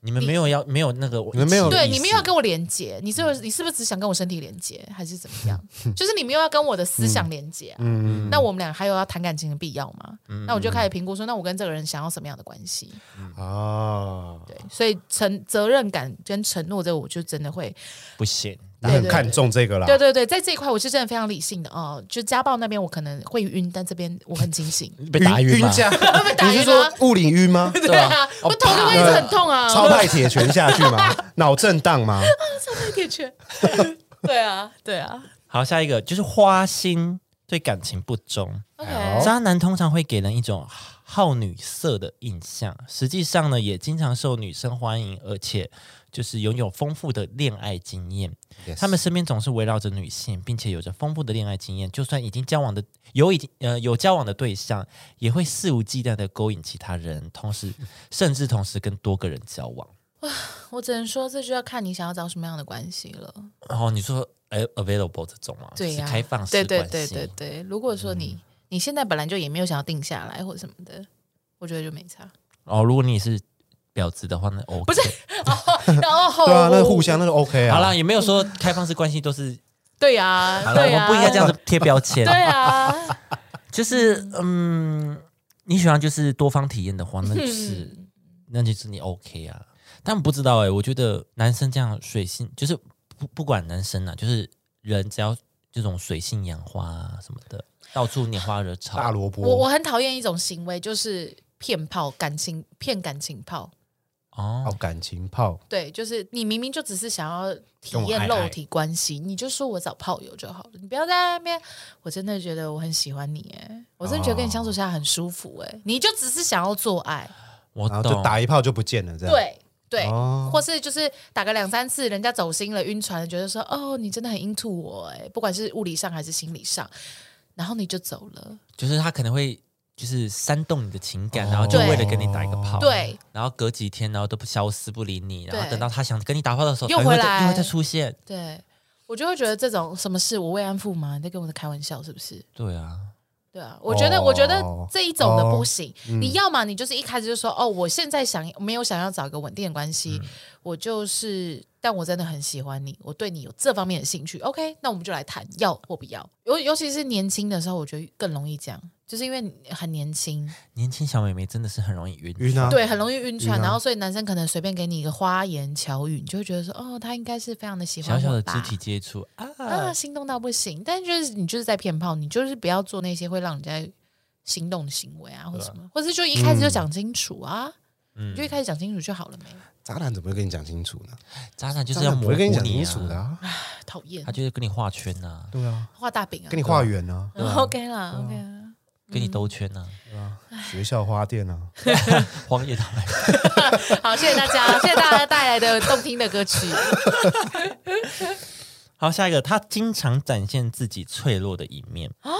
Speaker 3: 你们没有要没有那个，
Speaker 5: 们没有
Speaker 4: 对
Speaker 5: 意
Speaker 4: 你
Speaker 5: 思嗯
Speaker 4: 没有要跟我连接，你是不是你是不是只想跟我身体连接，还是怎么样？就是你没有要跟我的思想连接啊。
Speaker 5: 嗯，
Speaker 4: 那我们俩还有要谈感情的必要吗？那我就开始评估说，那我跟这个人想要什么样的关系？
Speaker 3: 嗯
Speaker 5: 啊，
Speaker 4: 对，所以承责任感跟承诺这个，我就真的会，
Speaker 3: 不行，
Speaker 5: 你很看重这个啦，
Speaker 4: 对对对，在这一块我是真的非常理性的哦。就家暴那边我可能会晕，但这边我很清醒。
Speaker 3: 被打晕
Speaker 5: 晕
Speaker 3: 吗？
Speaker 4: *laughs*
Speaker 5: 架，
Speaker 4: 打晕吗啊
Speaker 5: 你是说物理
Speaker 4: *laughs*
Speaker 5: 晕吗？
Speaker 4: 对啊，我头就会一直很痛啊，
Speaker 5: 哦超派铁拳下去吗？
Speaker 4: *laughs*
Speaker 5: 脑震荡吗？
Speaker 4: 太铁拳。 *laughs* 对啊，对啊
Speaker 3: 好，下一个就是花心，对感情不忠，
Speaker 4: ，OK，
Speaker 3: 渣男通常会给人一种好女色的印象，实际上呢，也经常受女生欢迎，而且就是拥有丰富的恋爱经验。 *laughs* 他们身边总是围绕着女性，并且有着丰富的恋爱经验。就算已经交往的有已经呃有交往的对象，也会肆无忌惮的勾引其他人，同时甚至同时跟多个人交往。
Speaker 4: 我只能说这就要看你想要找什么样的关系了。
Speaker 3: 然后你说，哎，available 这种嘛，哦
Speaker 4: 对
Speaker 3: 是
Speaker 4: 呀、
Speaker 3: 开放式
Speaker 4: 对
Speaker 3: 关系，嗯
Speaker 4: 对对对对。如果说你、你现在本来就也没有想要定下来或者什么的，我觉得就没
Speaker 3: *laughs*
Speaker 4: 差。
Speaker 3: 哦，如果你是婊子的话，那 OK。不是，
Speaker 4: 然后
Speaker 5: 对啊，那互相那个 OK
Speaker 3: *laughs*
Speaker 5: 啊，
Speaker 3: 好啦，也没有说开放式关系都是
Speaker 4: 对呀、
Speaker 3: 好了，我
Speaker 4: 对呀、
Speaker 3: 们不应该这样子贴标签。
Speaker 4: 对啊，
Speaker 3: 就是嗯，你喜欢就是多方体验的话，那
Speaker 4: 嗯
Speaker 3: 就是、那就是你 OK 啊。但不知道哎、我觉得男生这样水性，就是不不管男生啊，就是人只要这种水性杨花啊什么的，到处拈花惹草。
Speaker 5: 大萝卜，
Speaker 4: 我我很讨厌一种行为，就是骗炮感情骗感情炮。
Speaker 3: 哦
Speaker 5: 哦，感情泡
Speaker 4: 对，就是你明明就只是想要体
Speaker 5: 跟我爱
Speaker 4: 验
Speaker 5: 爱
Speaker 4: 肉体关系，你就说我找炮友就好了，你不要在那边。我真的觉得我很喜欢你，哎，我真的觉得跟你相处下来很舒服，哎，你就只是想要做爱，
Speaker 3: 我
Speaker 5: 然后
Speaker 3: 懂，
Speaker 5: 就打一炮就不见了，这样。
Speaker 4: 对对，
Speaker 5: 哦
Speaker 4: 或是就是打个两三次，人家走心了、晕船了，觉得说哦，你真的很 into 我，哎，不管是物理上还是心理上，然后你就走了。
Speaker 3: 就是他可能会就是煽动你的情
Speaker 5: 哦
Speaker 3: 感，然后就
Speaker 4: 对
Speaker 3: 为了跟你打一个炮，
Speaker 4: 对，
Speaker 3: 然后隔几天然后都不消失不理你，然后
Speaker 4: 对
Speaker 3: 等到他想跟你打炮的时候，
Speaker 4: 又
Speaker 3: 才会
Speaker 4: 回
Speaker 3: 再
Speaker 4: 来
Speaker 3: 又会再出现。
Speaker 4: 对，我就会觉得这种什么事我慰安妇吗？你在跟我开玩笑是不是？
Speaker 3: 对啊，
Speaker 4: 对啊，我觉得，我觉得这一种的不行。
Speaker 5: 嗯
Speaker 4: 你要么你就是一开始就说，哦，我现在想没有想要找一个稳定的关系，
Speaker 5: 嗯
Speaker 4: 我就是，但我真的很喜欢你，我对你有这方面的兴趣。OK，那我们就来谈要或不要。尤尤其是年轻的时候，我觉得更容易这样，就是因为你很年轻，
Speaker 3: 年轻小妹妹真的是很容易晕船。
Speaker 5: 晕啊，
Speaker 4: 对，很容易晕船，
Speaker 5: 晕啊
Speaker 4: 然后所以男生可能随便给你一个花言巧语，你就会觉得说，哦，他应该是非常的喜欢
Speaker 3: 小
Speaker 4: 我
Speaker 3: 小的
Speaker 4: 吧
Speaker 3: 肢体接触啊，
Speaker 5: 嗯
Speaker 4: 啊，心动到不行。但就是你就是在骗炮，你就是不要做那些会让人家心动的行为啊，或什么，或是就一开始就讲清楚啊，
Speaker 5: 嗯
Speaker 4: 你就一开始讲清楚就好了没？
Speaker 5: 渣男怎么会跟你讲清楚呢？
Speaker 3: 渣男就
Speaker 5: 渣
Speaker 3: 是要
Speaker 5: 男不
Speaker 3: 模
Speaker 5: 会
Speaker 3: 糊
Speaker 5: 跟你讲
Speaker 3: 你
Speaker 5: 清
Speaker 3: 啊
Speaker 5: 楚的，啊，
Speaker 4: 唉讨厌
Speaker 3: 他，就是跟你画圈呐、
Speaker 5: 对啊，
Speaker 4: 画大饼啊，
Speaker 5: 跟你化缘啊，
Speaker 4: 嗯 OK 啦，OK 啊啦。
Speaker 3: 跟你兜圈呐、啊
Speaker 5: 学校花店啊，
Speaker 3: 荒野大白兔
Speaker 4: 好，谢谢大
Speaker 5: *laughs*
Speaker 4: 家，谢谢大家带来的动听的歌曲。
Speaker 3: 好，下一个，他经常展现自己脆弱的一面啊。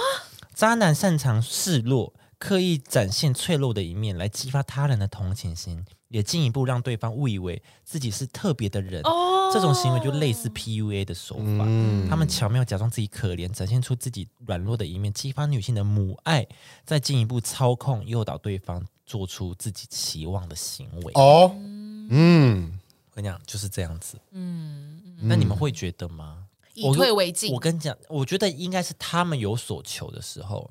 Speaker 3: 渣男擅长示弱，刻意展现脆弱的一面来激发他人的同情心，也进一步让对方误以为自己是特别的人。
Speaker 4: 哦
Speaker 3: 这种行为就类似 PUA 的手法。
Speaker 5: 嗯
Speaker 3: 他们巧妙假装自己可怜，展现出自己软弱的一面，激发女性的母爱，再进一步操控、诱导对方做出自己期望的行为。
Speaker 5: 哦，嗯，
Speaker 3: 我跟你讲，就是这样子。嗯，那你们会觉得吗？
Speaker 4: 以退为进
Speaker 3: 我。跟你讲，我觉得应该是他们有所求的时候，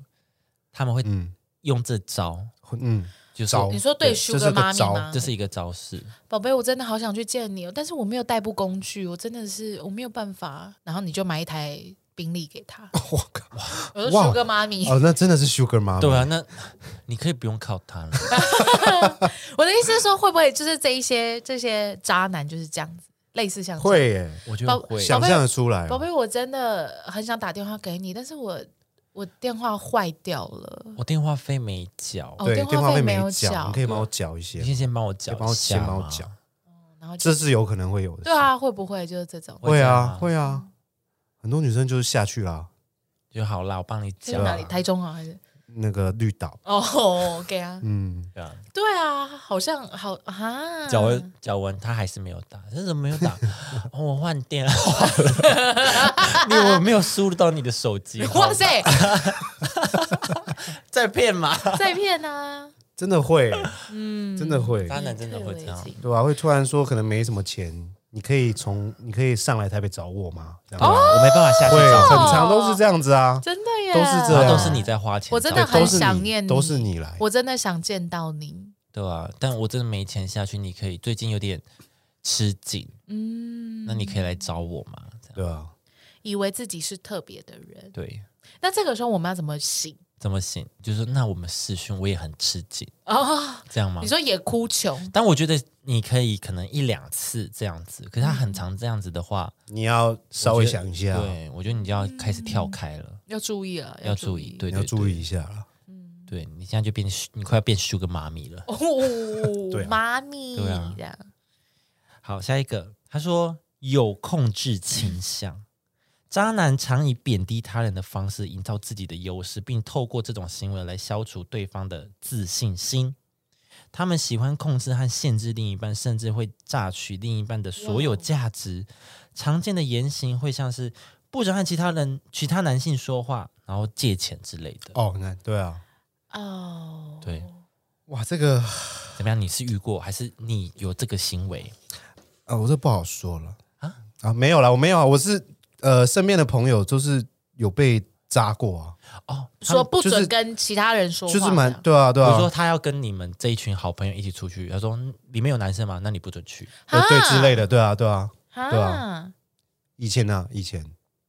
Speaker 3: 他们会
Speaker 5: 嗯
Speaker 3: 用这招，
Speaker 5: 会嗯，
Speaker 3: 就是
Speaker 5: 招
Speaker 4: 你说对
Speaker 5: 对这
Speaker 4: Sugar
Speaker 5: 是个
Speaker 4: Mommy
Speaker 5: 招
Speaker 4: 吗？
Speaker 3: 这是一个招式。
Speaker 4: 宝贝，我真的好想去见你，哦，但是我没有代步工具，我真的是我没有办法。然后你就买一台宾利给
Speaker 5: *laughs*
Speaker 4: 他，
Speaker 5: 我靠，
Speaker 4: 我说
Speaker 5: 哇
Speaker 4: 叔哥妈咪，
Speaker 5: 哦，那真的是 Sugar 妈妈，
Speaker 3: 对啊，那你可以不用靠他
Speaker 4: *laughs*
Speaker 3: 了。
Speaker 4: 我的意思是说，会不会就是这一些这些渣男就是这样子，类似像这样
Speaker 5: 会耶，
Speaker 3: 我觉得
Speaker 4: 宝
Speaker 3: 会，
Speaker 5: 想象得出来哦，
Speaker 4: 宝贝，我真的很想打电话给你，但是我我电话坏掉了。
Speaker 3: 我电话费没缴，
Speaker 4: 哦
Speaker 5: 对，
Speaker 4: 电话
Speaker 5: 电话
Speaker 4: 费
Speaker 5: 费
Speaker 4: 没
Speaker 5: 没
Speaker 4: 有缴
Speaker 5: 缴，你可以帮我缴一些
Speaker 3: 你，先先帮我
Speaker 5: 可
Speaker 3: 缴
Speaker 5: 以
Speaker 3: 一下嘛，
Speaker 5: 帮我先帮我缴，
Speaker 4: 然后就
Speaker 5: 这是有可能会有的，
Speaker 4: 对，啊，会不会就是这种？
Speaker 5: 会啊，
Speaker 3: 会
Speaker 5: 会啊，很多女生就是下去啦，
Speaker 3: 就好啦，我帮你
Speaker 4: 这
Speaker 3: 缴
Speaker 4: 是。哪里？
Speaker 5: 对啊
Speaker 4: 台中啊还是？
Speaker 5: 那个绿岛，
Speaker 4: 哦，给啊，
Speaker 5: 嗯，
Speaker 3: 对啊，
Speaker 4: 对啊，好像好啊，
Speaker 3: 缴完缴完，他还是没有打，这怎么没有
Speaker 5: *laughs*
Speaker 3: 打？哦，我换电
Speaker 4: *laughs*
Speaker 3: 话了，你我没有输入到你的手机。
Speaker 4: *laughs* 哇，塞，
Speaker 3: 在骗吗？
Speaker 4: 在骗啊，
Speaker 5: 真的会，
Speaker 4: 嗯，
Speaker 5: *laughs* 真的会，
Speaker 3: 渣男真的会这样
Speaker 4: 以退为。进
Speaker 5: 对啊吧、会突然说可能没什么钱，你可以从你可以上来台北找我吗？这样
Speaker 4: 哦
Speaker 3: 对啊我没办法下去
Speaker 5: 会啊
Speaker 3: 找你，
Speaker 5: 很长都是这样子啊，
Speaker 4: 真的耶，
Speaker 5: 都是这
Speaker 3: 然
Speaker 5: 样
Speaker 3: 后都是你在花钱找，
Speaker 4: 我真的
Speaker 5: 对，
Speaker 4: 很
Speaker 5: 都是
Speaker 4: 想
Speaker 5: 你
Speaker 4: 念
Speaker 5: 都是
Speaker 4: 你
Speaker 5: 你来，
Speaker 4: 我真的想见到你，
Speaker 3: 对啊，但我真的没钱下去，你可以最近有点吃紧，
Speaker 4: 嗯，
Speaker 3: 那你可以来找我嘛？这样
Speaker 5: 对啊，
Speaker 4: 以为自己是特别的人，
Speaker 3: 对，
Speaker 4: 那这个时候我们要怎么醒
Speaker 3: 怎么行？就是那我们试训，我也很吃紧，
Speaker 4: 哦，
Speaker 3: 这样吗
Speaker 4: 你？说也哭穷，
Speaker 3: 但我觉得你可以可能一两次这样子，可是他
Speaker 4: 嗯
Speaker 3: 很常这样子的话，
Speaker 5: 你要稍微想一下，啊
Speaker 3: 对我觉得你就要开始
Speaker 4: 嗯
Speaker 3: 跳开了，
Speaker 4: 要注意了，
Speaker 3: *laughs* 要注意，。对
Speaker 5: 你
Speaker 3: 对
Speaker 5: 要注
Speaker 3: 对，
Speaker 5: 意一下啦。
Speaker 3: 对你现在就变，你快要变 Sugar 妈咪了。
Speaker 4: 哦，
Speaker 5: 对啊
Speaker 4: 妈咪，
Speaker 3: 对啊
Speaker 4: 这样
Speaker 3: 好，下一个，他说有控制倾向。渣男常以贬低他人的方式营造自己的优势，并透过这种行为来消除对方的自信心。他们喜欢控制和限制另一半，甚至会榨取另一半的所有价值。常见的言行会像是不准和其他人、其他男性说话，然后借钱之类的。
Speaker 5: 哦，你看，对啊，
Speaker 4: 哦，
Speaker 3: 对，
Speaker 5: 哇，这个
Speaker 3: 怎么样？你是遇过，还是你有这个行为？
Speaker 5: 啊，我这不好说了啊啊，没有啦，我没有啊，我是呃，身边的朋友就是有被扎过啊，
Speaker 3: 哦，他
Speaker 4: 说
Speaker 3: 们
Speaker 4: 不
Speaker 5: 就
Speaker 4: 准
Speaker 5: 是
Speaker 4: 跟其他人说话，
Speaker 5: 就是蛮
Speaker 4: 这样
Speaker 5: 对啊，对
Speaker 3: 比
Speaker 5: 啊，
Speaker 3: 如说他要跟你们这一群好朋友一起出去，他说嗯里面有男生吗？那你不准去。
Speaker 5: 呃对
Speaker 4: 啊
Speaker 5: 之类的，对啊，对啊，
Speaker 4: 啊
Speaker 5: 对啊以前呢、啊，以前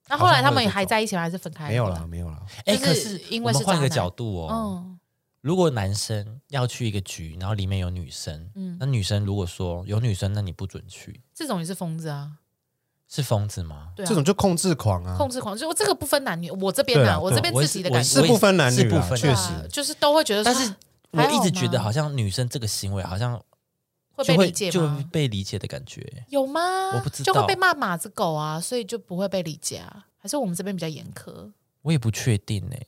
Speaker 4: 那后来
Speaker 5: 好像
Speaker 4: 他
Speaker 5: 会
Speaker 4: 们
Speaker 5: 有这
Speaker 4: 哎还在一起吗？还是分开？
Speaker 5: 没有啦，，没有啦，
Speaker 3: 哎、
Speaker 4: 就是
Speaker 3: 可是
Speaker 4: 因为
Speaker 3: 我们
Speaker 4: 是
Speaker 3: 换
Speaker 4: 渣
Speaker 3: 一个
Speaker 4: 男
Speaker 3: 角度哦，
Speaker 4: 嗯，
Speaker 3: 如果男生要去一个局，然后里面有女生，
Speaker 4: 嗯
Speaker 3: 那女生如果说有女生，那你不准去，
Speaker 4: 这种也是疯子啊，
Speaker 3: 是疯子吗？
Speaker 4: 对啊，
Speaker 5: 这种就控制狂啊，
Speaker 4: 控制狂，就我这个不分男女，我这边
Speaker 5: 对
Speaker 4: 啊，
Speaker 5: 啊
Speaker 4: 我
Speaker 5: 对啊
Speaker 4: 这边
Speaker 3: 我
Speaker 4: 自
Speaker 3: 也
Speaker 4: 己
Speaker 3: 是
Speaker 4: 的
Speaker 3: 我也
Speaker 4: 感
Speaker 3: 是
Speaker 4: 觉，
Speaker 5: 是不分男
Speaker 3: 是
Speaker 5: 女
Speaker 3: 不
Speaker 5: 啊，
Speaker 3: 分
Speaker 5: 确
Speaker 4: 对
Speaker 5: 实
Speaker 4: 啊，就是都会觉得说，
Speaker 3: 但是我
Speaker 4: 还
Speaker 3: 一直
Speaker 4: 好
Speaker 3: 觉得
Speaker 4: 吗
Speaker 3: 好像女生这个行为好像
Speaker 4: 会
Speaker 3: 就
Speaker 4: 被
Speaker 3: 会
Speaker 4: 理解
Speaker 3: 就
Speaker 4: 吗？
Speaker 3: 被理解的感觉，
Speaker 4: 有吗？
Speaker 3: 我不知
Speaker 4: 就会
Speaker 3: 道
Speaker 4: 被骂马子狗啊，所以就不会被理解啊。还是我们这边比较严苛？
Speaker 3: 我也不确定哎、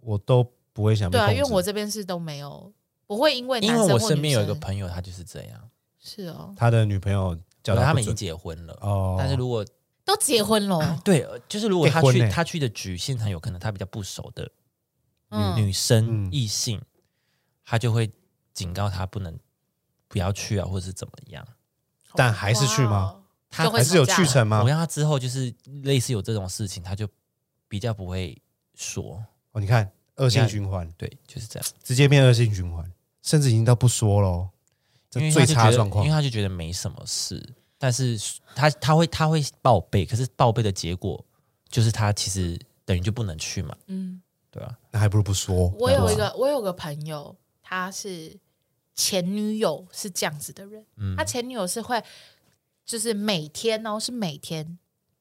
Speaker 5: 我都不会想被
Speaker 4: 对啊，
Speaker 5: 控
Speaker 4: 因
Speaker 5: 制
Speaker 4: 为我这边是都没有，不会因为
Speaker 3: 因
Speaker 4: 男
Speaker 3: 为
Speaker 4: 生
Speaker 3: 我
Speaker 4: 或
Speaker 3: 身
Speaker 4: 女
Speaker 3: 边有一个
Speaker 4: 生
Speaker 3: 朋友，他就是这样，
Speaker 4: 是哦，
Speaker 5: 他的女朋友叫
Speaker 3: 他
Speaker 5: 不
Speaker 3: 们已经
Speaker 5: 准
Speaker 3: 结婚了，
Speaker 5: 哦，
Speaker 3: 但是如果
Speaker 4: 都结婚了，
Speaker 3: 对，呃就是如果他
Speaker 5: 被
Speaker 3: 去、
Speaker 5: 婚欸
Speaker 3: 他去的局现场，有可能他比较不熟的女、
Speaker 4: 嗯
Speaker 3: 女生
Speaker 5: 嗯
Speaker 3: 异性，他就会警告他不能不要去啊，或者是怎么样。
Speaker 5: 但还是去吗？
Speaker 3: 他
Speaker 4: 就会
Speaker 5: 还是有
Speaker 4: 吵架
Speaker 5: 去程吗
Speaker 3: 我？让他之后就是类似有这种事情，他就比较不会说，
Speaker 5: 哦，你看恶性循环，
Speaker 3: 对，就是这样，
Speaker 5: 直接变恶性循环，甚至已经到不说喽，
Speaker 3: 因
Speaker 5: 这
Speaker 3: 为他
Speaker 5: 最
Speaker 3: 就觉
Speaker 5: 差
Speaker 3: 得
Speaker 5: 的状况
Speaker 3: 因为。他就觉得没什么事，但是他他会他会报备，可是报备的结果就是他其实等于就不能去嘛，
Speaker 4: 嗯，
Speaker 3: 对啊吧、
Speaker 5: 那还不如不说。
Speaker 4: 我有一
Speaker 3: 啊
Speaker 4: 个我有个朋友，他是前女友是这样子的人，
Speaker 3: 嗯
Speaker 4: 他前女友是会就是每天哦，是每天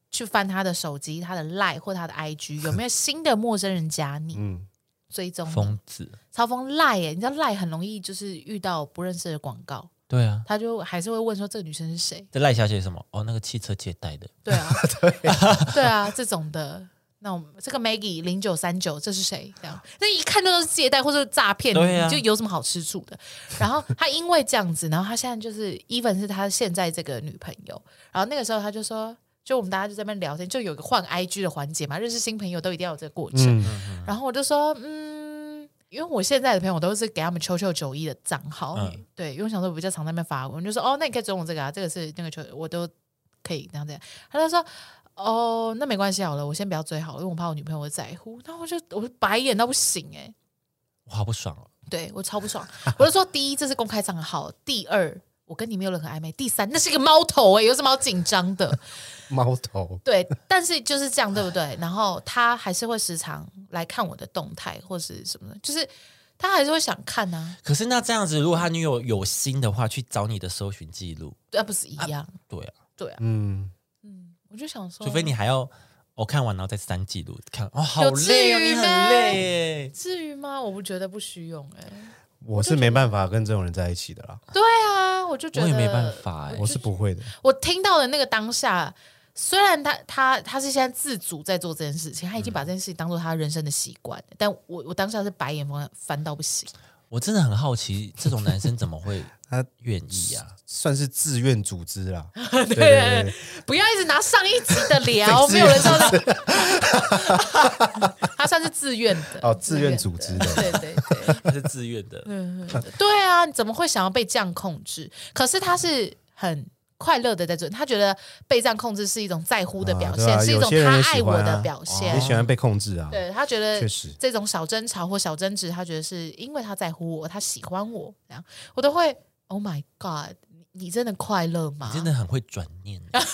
Speaker 4: 去翻他的手机、他的 Line 或他的 IG 有没有新的陌生人加你
Speaker 5: 嗯，
Speaker 4: 追踪你。
Speaker 3: 疯子，
Speaker 4: 超疯赖耶，你知道赖很容易就是遇到不认识的广告，
Speaker 3: 对啊。
Speaker 4: 他就还是会问说这个女生是谁？
Speaker 3: 这赖小姐什么？哦，那个汽车借贷的，
Speaker 4: 对
Speaker 3: *laughs*
Speaker 4: 啊， *laughs* 对啊，这种的。那我们这个 Maggie 零九三九，这是谁？这样，那一看就都是借贷或者是诈骗，
Speaker 3: 对啊
Speaker 4: 你就有什么好吃醋的？然后他因为这样子，然后他现在就是 even 是他现在这个女朋友，然后那个时候他就说，就我们大家就在那边聊天，就有一个换 IG 的环节嘛，认识新朋友都一定要有这个过程。
Speaker 5: 嗯，
Speaker 4: 然后我就说，嗯，因为我现在的朋友都是给他们秋秋九一的账号，
Speaker 3: 嗯
Speaker 4: 对，因为我想说我比较常在那边发文，我就说哦，那你可以追我这个啊，这个是那个球，我都可以这样这样。他就说。哦，那没关系好了，我先不要追好了，因为我怕我女朋友会在乎。然后我就我就白眼到不行哎、
Speaker 3: 我好不爽哦。
Speaker 4: 对我超不爽。我就说，第一，这是公开账号；第二，我跟你没有任何暧昧；第三，那是一个猫头哎、有什么好紧张的？
Speaker 5: 猫头，
Speaker 4: 对， *laughs* 但是就是这样，对不对？然后他还是会时常来看我的动态或是什么的，就是他还是会想看啊，
Speaker 3: 可是那这样子，如果他女友有心的话，去找你的搜寻记录，
Speaker 4: 对啊，不是一样？
Speaker 3: 对啊，
Speaker 4: 对啊，
Speaker 5: 嗯，
Speaker 4: 我就想说，
Speaker 3: 除非你还要我、看完然后再删记录，看哦，好
Speaker 4: 有至
Speaker 3: 累哦，
Speaker 4: 于
Speaker 3: 你很
Speaker 4: 吗
Speaker 3: 累耶。
Speaker 4: 至于吗？我不觉得不虚用哎、
Speaker 3: 啊
Speaker 5: 我是没办法跟这种人在一起的啦，
Speaker 4: 对啊，我就觉
Speaker 3: 我
Speaker 4: 得
Speaker 3: 也没办法哎
Speaker 5: 我是不会的。
Speaker 4: 我听到的那个当下，虽然他他他是现在自主在做这件事情，他已
Speaker 3: 嗯
Speaker 4: 经把这件事情当做他人生的习惯，但我我当下是白眼翻翻到不行。
Speaker 3: 我真的很好奇，这种男生怎么会
Speaker 5: 他
Speaker 3: 愿意啊？
Speaker 5: 算是自愿组织啦，对对对对，
Speaker 4: 不要一直拿上一集的
Speaker 5: *laughs*
Speaker 4: 聊，没有人知道他。 *laughs* 他算是自愿的
Speaker 5: 哦自愿组织的
Speaker 4: 对对对
Speaker 3: *laughs* 他是自愿的，
Speaker 4: 对啊！你怎么会想要被这样控制？可是他是很快乐的在做，他觉得被这样控制是一种在乎的表现，
Speaker 5: 啊对啊
Speaker 4: 是一种
Speaker 5: 有些人
Speaker 4: 他
Speaker 5: 也
Speaker 4: 爱
Speaker 5: 喜
Speaker 4: 我
Speaker 5: 欢啊
Speaker 4: 的表现。
Speaker 5: 也喜欢被控制啊。
Speaker 4: 对他觉得
Speaker 5: 确实
Speaker 4: 这种小争吵或小争执，他觉得是因为他在乎我，他喜欢我，这样我都会 Oh my God！你你真的快乐吗
Speaker 3: 你？真的很会转念，
Speaker 4: 你很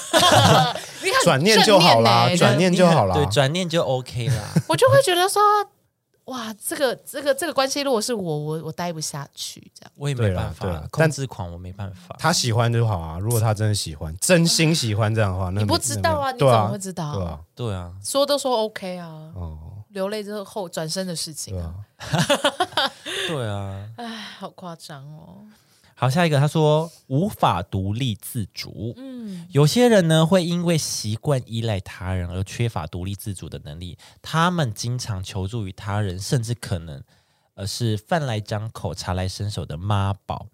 Speaker 5: 转念
Speaker 4: 正
Speaker 5: 就好
Speaker 4: 面
Speaker 5: 啦
Speaker 4: 欸
Speaker 5: 转念
Speaker 3: 你
Speaker 5: 就
Speaker 3: 很
Speaker 5: 好啦
Speaker 3: 对， *laughs* 转念就 OK 啦。
Speaker 4: 我就会觉得说，哇，这个这个这个关系，如果是我，我我待不下去，这样
Speaker 3: 我也没办
Speaker 5: 对啦
Speaker 3: 法
Speaker 5: 对啦，
Speaker 3: 控制狂我没办法。
Speaker 5: 他喜欢就好啊，如果他真的喜欢，真心喜欢这样的话，那
Speaker 4: 你不
Speaker 5: 没
Speaker 4: 知道啊
Speaker 5: 那没有
Speaker 4: 你
Speaker 5: 对
Speaker 4: 怎
Speaker 5: 啊
Speaker 4: 么会知道啊
Speaker 5: 对啊，
Speaker 3: *laughs* 对啊，
Speaker 4: 说都说 OK 啊，
Speaker 5: 哦，
Speaker 4: 流泪之后转身的事情
Speaker 5: 对
Speaker 4: 啊，
Speaker 5: 啊，
Speaker 3: 对啊。
Speaker 4: 哎，好夸张哦，
Speaker 3: 好，下一个他说无法独立自主。
Speaker 4: 嗯，
Speaker 3: 有些人呢，会因为习惯依赖他人而缺乏独立自主的能力，他们经常求助于他人，甚至可能呃是饭来张口、茶来伸手的妈宝，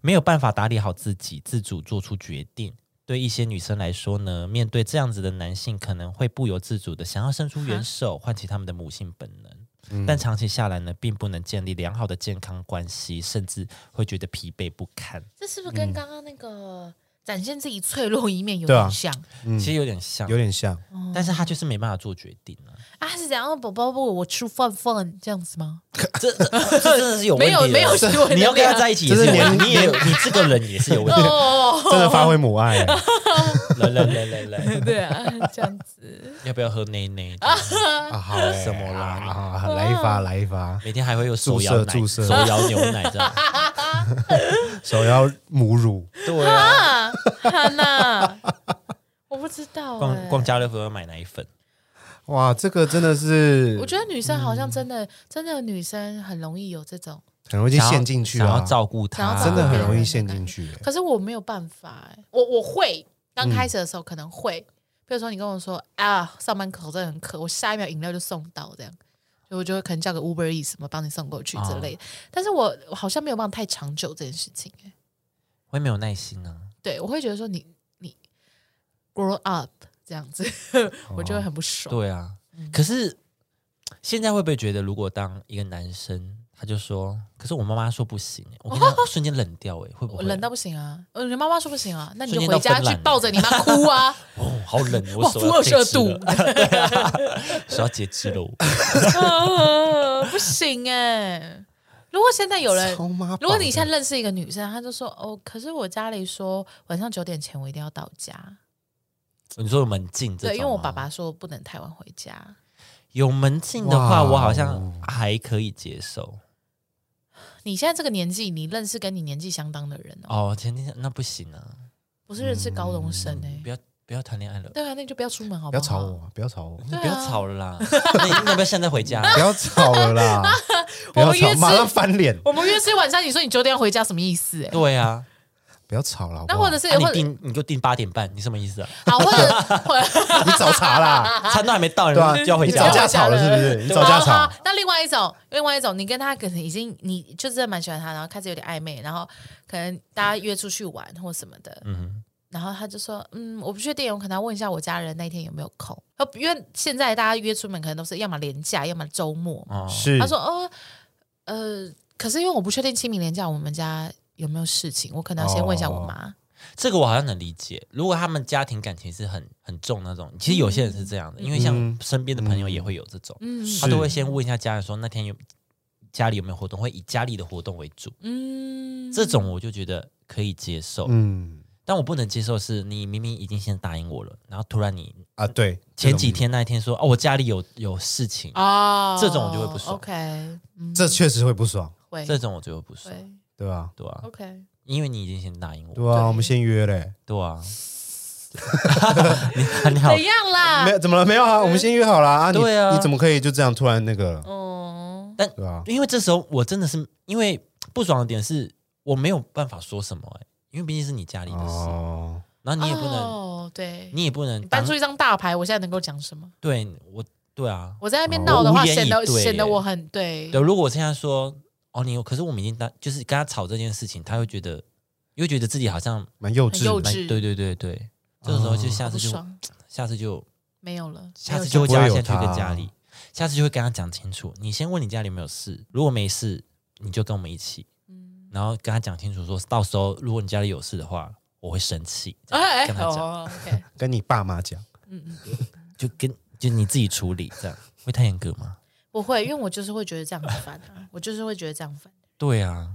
Speaker 3: 没有办法打理好自己，自主做出决定。对一些女生来说呢，面对这样子的男性，可能会不由自主的想要伸出援手，唤起他们的母性本能。
Speaker 5: 嗯
Speaker 3: 但长期下来呢，并不能建立良好的健康关系，甚至会觉得疲惫不堪。
Speaker 4: 这是不是跟刚刚那个展现自己脆弱一面有
Speaker 5: 嗯对啊
Speaker 4: 点像
Speaker 5: 嗯
Speaker 3: 其实有点像，
Speaker 5: 有点像，
Speaker 3: 但是他就是没办法做决定啊。
Speaker 4: 啊？是怎样？哦宝宝不，我吃饭饭这样子
Speaker 5: *laughs*
Speaker 4: 吗？
Speaker 3: *laughs* 这这这真的是有问题的，
Speaker 4: 没有没有
Speaker 3: 这
Speaker 4: 是我的
Speaker 3: 你要跟他在一起也
Speaker 5: 这
Speaker 3: 是
Speaker 5: 是
Speaker 3: 有问题，
Speaker 4: *laughs*
Speaker 5: 年
Speaker 3: 你也有你这个人也是有问题。
Speaker 4: 哦，
Speaker 5: 真的发挥母爱欸，
Speaker 3: 来来来来来，
Speaker 4: 对啊，这样子。
Speaker 3: 要不要喝奶奶？
Speaker 5: 啊，好欸，
Speaker 3: 什么啦你
Speaker 5: 啊，来一发，来一发，
Speaker 3: 每天还会有手摇奶、
Speaker 5: 注射注射
Speaker 3: 手摇牛奶
Speaker 4: *laughs*
Speaker 3: 这样。
Speaker 5: 手摇母乳，
Speaker 3: 对啊，
Speaker 4: 啊， *laughs* 哈娜， *laughs* 我不知道、
Speaker 3: 逛
Speaker 4: 欸。
Speaker 3: 逛家乐福要买奶粉，
Speaker 5: 哇，这个真的是，
Speaker 4: 我觉得女生好
Speaker 3: 嗯
Speaker 4: 像真的，真的女生很容易有这种，
Speaker 5: 很容易
Speaker 3: 想要
Speaker 5: 陷进去
Speaker 3: 想要
Speaker 5: 啊，
Speaker 3: 照顾
Speaker 4: 想
Speaker 3: 他，
Speaker 4: 要照
Speaker 5: 真
Speaker 4: 顾
Speaker 5: 的很
Speaker 4: 别人
Speaker 5: 容易陷进去欸。
Speaker 4: 可是我没有办法、欸，我我会刚开始的时候可能会，
Speaker 3: 嗯
Speaker 4: 比如说你跟我说啊，上班口真的很渴，我下一秒饮料就送到这样。所以我就会可能叫个 Uber E 什么帮你送过去之类
Speaker 3: 哦
Speaker 4: 的，但是我我好像没有办法太长久这件事情、欸。
Speaker 3: 会没有耐心啊。
Speaker 4: 对，我会觉得说你你 grow up 这样子， *laughs* 我就会很不爽。
Speaker 3: 哦对啊，
Speaker 4: 嗯
Speaker 3: 可是现在会不会觉得，如果当一个男生，他就说，可是我妈妈说不行，欸我
Speaker 4: *laughs*
Speaker 3: 跟他瞬间冷掉，哎，会不
Speaker 4: 我
Speaker 3: 会
Speaker 4: 冷到不行啊！呃你妈妈说不行啊，那你就
Speaker 3: 瞬间到
Speaker 4: 回家
Speaker 3: 芬
Speaker 4: 去
Speaker 3: 兰了
Speaker 4: 抱着你妈哭啊！
Speaker 3: 哦，好冷，我
Speaker 4: 哇，
Speaker 3: 手
Speaker 4: 负
Speaker 3: 要
Speaker 4: 二十二
Speaker 3: 截肢
Speaker 4: 度，
Speaker 3: *laughs* 了啊手要截肢喽。
Speaker 4: 啊 *laughs* 不行哎、如果现在有
Speaker 3: *laughs*
Speaker 4: 人，
Speaker 5: 超妈宝的
Speaker 4: 如果你现在认识一个女生，她就说哦，可是我家里说晚上九点前我一定要到家，
Speaker 3: 哦你说有门禁这种吗？啊
Speaker 4: 对，因为我爸爸说不能太晚回家。
Speaker 3: 有门禁的话，
Speaker 5: 哇哦
Speaker 3: 我好像还可以接受。
Speaker 4: 你现在这个年纪，你认识跟你年纪相当的人哦，
Speaker 3: 哦，前天那不行啊，
Speaker 4: 不是认识高中生哎、
Speaker 3: 嗯不要不要谈恋爱了，
Speaker 4: 对啊，那你就不要出门好
Speaker 5: 不
Speaker 4: 不好？
Speaker 5: 要吵我，不要吵我，
Speaker 3: 你
Speaker 4: 啊
Speaker 3: 不要吵了啦。那你要不要现在回
Speaker 4: *laughs*
Speaker 3: 家？
Speaker 5: 不要吵了啦，不要
Speaker 4: 我们约
Speaker 5: 吵，
Speaker 4: 吃
Speaker 5: 马上翻脸，
Speaker 4: 我们约吃晚上，你说你九点要回家，什么意思、哎，
Speaker 3: 对啊，
Speaker 5: 不要吵了。好不
Speaker 4: 那
Speaker 5: 好
Speaker 4: 或者是、
Speaker 3: 那
Speaker 4: 或
Speaker 3: 啊你
Speaker 4: 者
Speaker 3: 定你就定八点半，你什么意思啊？
Speaker 4: 好，或者或者
Speaker 5: 你找茬
Speaker 4: *laughs*
Speaker 5: 啦，
Speaker 3: 餐都还没到，你
Speaker 5: 对啊，
Speaker 3: 就要回
Speaker 5: 你
Speaker 3: 家
Speaker 5: 找
Speaker 3: 了？
Speaker 5: 架吵了是不是？你找架
Speaker 4: 好
Speaker 5: 吵
Speaker 4: 好，哦那另外一种，另外一种，你跟他可能已经你就真的蛮喜欢他，然后开始有点暧昧，然后可能大家约出去玩或什么的，
Speaker 3: 嗯哼。
Speaker 4: 然后他就说，嗯，我不确定，我可能要问一下我家人那天有没有空。呃，因为现在大家约出门可能都是要么连假，要么周末嘛。
Speaker 3: 哦，
Speaker 5: 是
Speaker 4: 他说，哦，呃，可是因为我不确定清明连假我们家有没有事情，我可能要先问一下我
Speaker 3: 哦
Speaker 4: 妈。
Speaker 3: 这个我好像能理解。如果他们家庭感情是很很重那种，其实有些人是这样的，因为像
Speaker 5: 嗯
Speaker 3: 身边的朋友也会有这种，
Speaker 4: 嗯
Speaker 3: 他都会先问一下家人说那天有家里有没有活动，会以家里的活动为主。
Speaker 4: 嗯，
Speaker 3: 这种我就觉得可以接受，
Speaker 5: 嗯
Speaker 3: 但我不能接受是你明明已经先答应我了，然后突然你
Speaker 5: 啊，对，
Speaker 3: 前几天那一天说哦我家里有有事情，
Speaker 4: 哦，
Speaker 3: 这种我就会不爽
Speaker 4: OK，嗯，
Speaker 5: 这确实会不爽，
Speaker 4: 会
Speaker 3: 这种我就会不爽，
Speaker 4: 会
Speaker 5: 对吧？
Speaker 3: 对啊，
Speaker 4: OK。
Speaker 3: 因为你已经先答应我，
Speaker 5: 对啊，我们先约嘞。
Speaker 3: 对啊， *laughs* 你你好
Speaker 4: 怎样啦？
Speaker 5: 没有怎么了？没有啊，我们先约好了啊。你
Speaker 3: 对啊
Speaker 5: 你怎么可以就这样突然那个了？
Speaker 4: 哦，
Speaker 5: 对吧？
Speaker 3: 因为这时候我真的是因为不爽的点是我没有办法说什么、欸，因为毕竟是你家里的事，
Speaker 5: 哦，
Speaker 3: 然后你也不能，
Speaker 4: 哦，对，
Speaker 3: 你也不能当
Speaker 4: 搬出一张大牌，我现在能够讲什么？
Speaker 3: 对我对啊，
Speaker 4: 我在那边闹的
Speaker 3: 我
Speaker 4: 话，
Speaker 3: 无言
Speaker 4: 显
Speaker 3: 以
Speaker 4: 得
Speaker 3: 对
Speaker 4: 显得
Speaker 3: 耶
Speaker 4: 我很对
Speaker 3: 对，，如果我现在说哦你有，可是我们已经当就是跟他吵这件事情，他会觉得又会觉得自己好像
Speaker 5: 蛮幼稚
Speaker 4: 很幼
Speaker 5: 的，
Speaker 4: 稚
Speaker 3: 蛮对对对对，这个时
Speaker 5: 哦
Speaker 3: 候就下
Speaker 4: 我不
Speaker 3: 次就、
Speaker 4: 爽，
Speaker 3: 下次就
Speaker 4: 没有了，
Speaker 3: 下次
Speaker 4: 没有
Speaker 3: 就会
Speaker 5: 不
Speaker 3: 叫
Speaker 5: 会
Speaker 3: 他
Speaker 5: 有
Speaker 3: 先去
Speaker 5: 他
Speaker 3: 跟
Speaker 5: 啊
Speaker 3: 家里，下次就会跟他讲清楚，你先问你家里有没有事，如果没事你就跟我们一起，
Speaker 4: 嗯
Speaker 3: 然后跟他讲清楚说，到时候如果你家里有事的话，我会生气。
Speaker 4: 讲哎
Speaker 3: 跟
Speaker 4: 哎
Speaker 3: 他讲
Speaker 4: 哦，OK，嗯
Speaker 5: 跟你爸妈讲，
Speaker 3: 就跟就你自己处理，这样会太严格吗？
Speaker 4: 不会，因为我就是会觉得这样很烦啊，我就是会觉得这样烦。
Speaker 3: 对啊。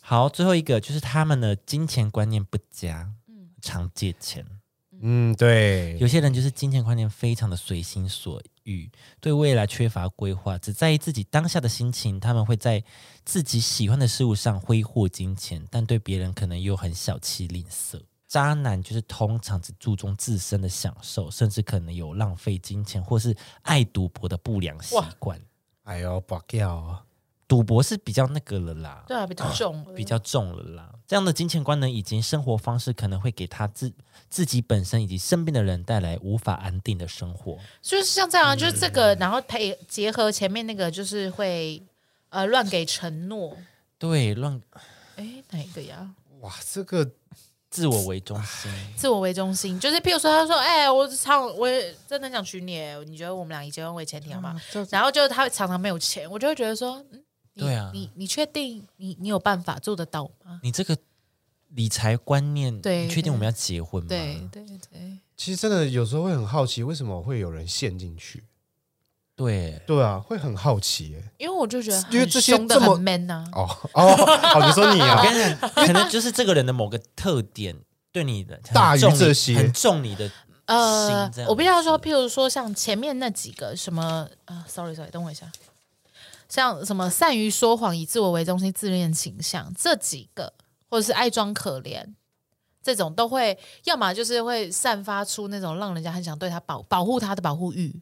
Speaker 3: 好，最后一个就是他们的金钱观念不佳，常借钱。
Speaker 5: 嗯，对
Speaker 3: 有，些人就是金钱观念非常的随心所欲，对未来缺乏规划，只在意自己当下的心情。他们会在自己喜欢的事物上挥霍金钱，但对别人可能又很小气吝啬。渣男就是通常只注重自身的享受，甚至可能有浪费金钱或是爱赌博的不良习惯。
Speaker 5: 哎呦，不要啊，
Speaker 3: 赌博是比较那个了啦，
Speaker 4: 对啊，比较重了，
Speaker 3: 比较重了啦。这样的金钱观呢，以及生活方式，可能会给他自自己本身以及身边的人带来无法安定的生活。
Speaker 4: 就是像这样啊，
Speaker 3: 嗯
Speaker 4: 就是这个，然后配结合前面那个，就是会呃乱给承诺，
Speaker 3: 对，乱
Speaker 4: 哎，哪一个呀？
Speaker 5: 哇，这个
Speaker 3: 自我为中心，
Speaker 4: 自我为中心，就是譬如说，他说：“哎、我常我也真的很想娶你，你觉得我们俩以结婚为前提好吗？”
Speaker 5: 嗯
Speaker 4: 然后就他常常没有钱，我就会觉得说：“嗯，你
Speaker 3: 对啊
Speaker 4: 你你确定你你有办法做得到吗
Speaker 3: 你这个理财观念，
Speaker 4: 对
Speaker 3: 你确定我们要结婚？”吗？
Speaker 4: 对对对，
Speaker 5: 其实真的有时候会很好奇，为什么会有人陷进去？
Speaker 3: 对，
Speaker 5: 对啊，会很好奇耶。
Speaker 4: 因为我就觉得
Speaker 5: 因为
Speaker 4: 很
Speaker 5: 这些
Speaker 4: 凶的
Speaker 5: 这么
Speaker 4: 很 man 呐、啊，
Speaker 5: *laughs* 哦哦哦，你说你 *laughs*
Speaker 3: 我
Speaker 5: 啊？
Speaker 3: 跟你讲，可能就是这个人的某个特点。对你的很
Speaker 5: 大于
Speaker 3: 重你
Speaker 5: 这些
Speaker 3: 很重你的
Speaker 4: 呃
Speaker 3: 心这，样
Speaker 4: 我必须要说，
Speaker 3: 子
Speaker 4: 譬如说像前面那几个什么，呃，sorry sorry，等我一下，像什么善于说谎、以自我为中心、自恋倾向这几个，或者是爱装可怜这种，都会要么就是会散发出那种让人家很想对他保保护他的保护欲、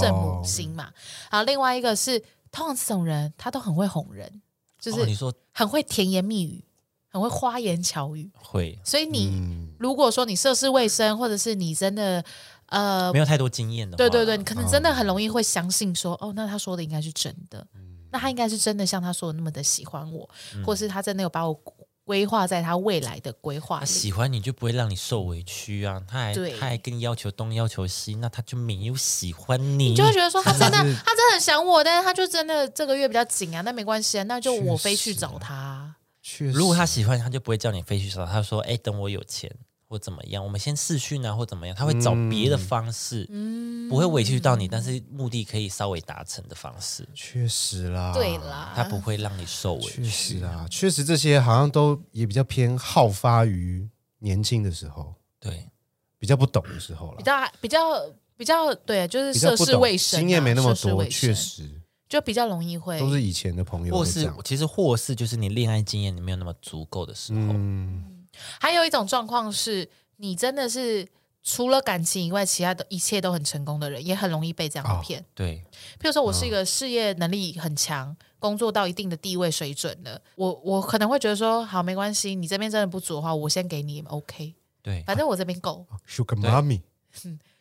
Speaker 4: 圣母心嘛。然后另外一个是，通常这种人他都很会哄人，就
Speaker 3: 哦你
Speaker 4: 是
Speaker 3: 说
Speaker 4: 很会甜言蜜语，很会花言巧语，
Speaker 3: 会
Speaker 4: 所以你。
Speaker 5: 嗯，
Speaker 4: 如果说你涉世未深，或者是你真的呃
Speaker 3: 没，有太多经验的话，
Speaker 4: 对对对，你可
Speaker 3: 啊
Speaker 4: 能真的很容易会相信说，哦，那他说的应该是真的，那他应该是真的像他说的那么的喜欢我，
Speaker 3: 嗯
Speaker 4: 或是他真的有把我规划在他未来的规划
Speaker 3: 他
Speaker 4: 里。
Speaker 3: 啊喜欢你就不会让你受委屈啊，他还
Speaker 4: 对
Speaker 3: 他还跟你要求东要求西，那他就没有喜欢你，
Speaker 4: 你就会觉得说他真
Speaker 3: *laughs*
Speaker 4: 的
Speaker 5: 但是
Speaker 4: 他真的很想我，但是他就真的这个月比较紧啊，那没关系啊，那就
Speaker 5: 确
Speaker 4: 我非去
Speaker 5: 实
Speaker 4: 找他啊。
Speaker 5: 确实，
Speaker 3: 如果他喜欢，他就不会叫你飞去找他，他说：“哎、等我有钱或怎么样，我们先试训啊，或怎么样。”他会找别的方式，
Speaker 4: 嗯
Speaker 3: 不会委屈到你，但是目的可以稍微达成的方式，
Speaker 5: 确实啦，
Speaker 4: 对，啦，
Speaker 3: 他不会让你受委
Speaker 5: 确
Speaker 3: 屈。
Speaker 5: 实啊，确实这些好像都也比较偏好发于年轻的时候，
Speaker 3: 对，
Speaker 5: 比较不懂的时候
Speaker 4: 比
Speaker 5: 了，
Speaker 4: 较比较比较对，就是
Speaker 5: 比较
Speaker 4: 涉
Speaker 5: 不
Speaker 4: 世
Speaker 5: 懂
Speaker 4: 未深啊，
Speaker 5: 经验没那么
Speaker 4: 涉世
Speaker 5: 多，
Speaker 4: 未
Speaker 5: 确
Speaker 4: 深
Speaker 5: 实
Speaker 4: 就比较容易会
Speaker 5: 都是以前的朋友
Speaker 3: 或
Speaker 5: 会这
Speaker 3: 是
Speaker 5: 样，
Speaker 3: 其实或是就是你恋爱经验你没有那么足够的时候，
Speaker 5: 嗯，
Speaker 4: 还有一种状况是，你真的是除了感情以外，其他的一切都很成功的人，也很容易被这样骗。
Speaker 3: 对，
Speaker 4: 譬如说，我是一个事业能力很强，工作到一定的地位水准了，我我可能会觉得说，好，没关系，你这边真的不足的话，我先给你
Speaker 3: *laughs*
Speaker 4: OK，
Speaker 3: 对，
Speaker 4: 反正我这边够
Speaker 5: Sugar Mommy，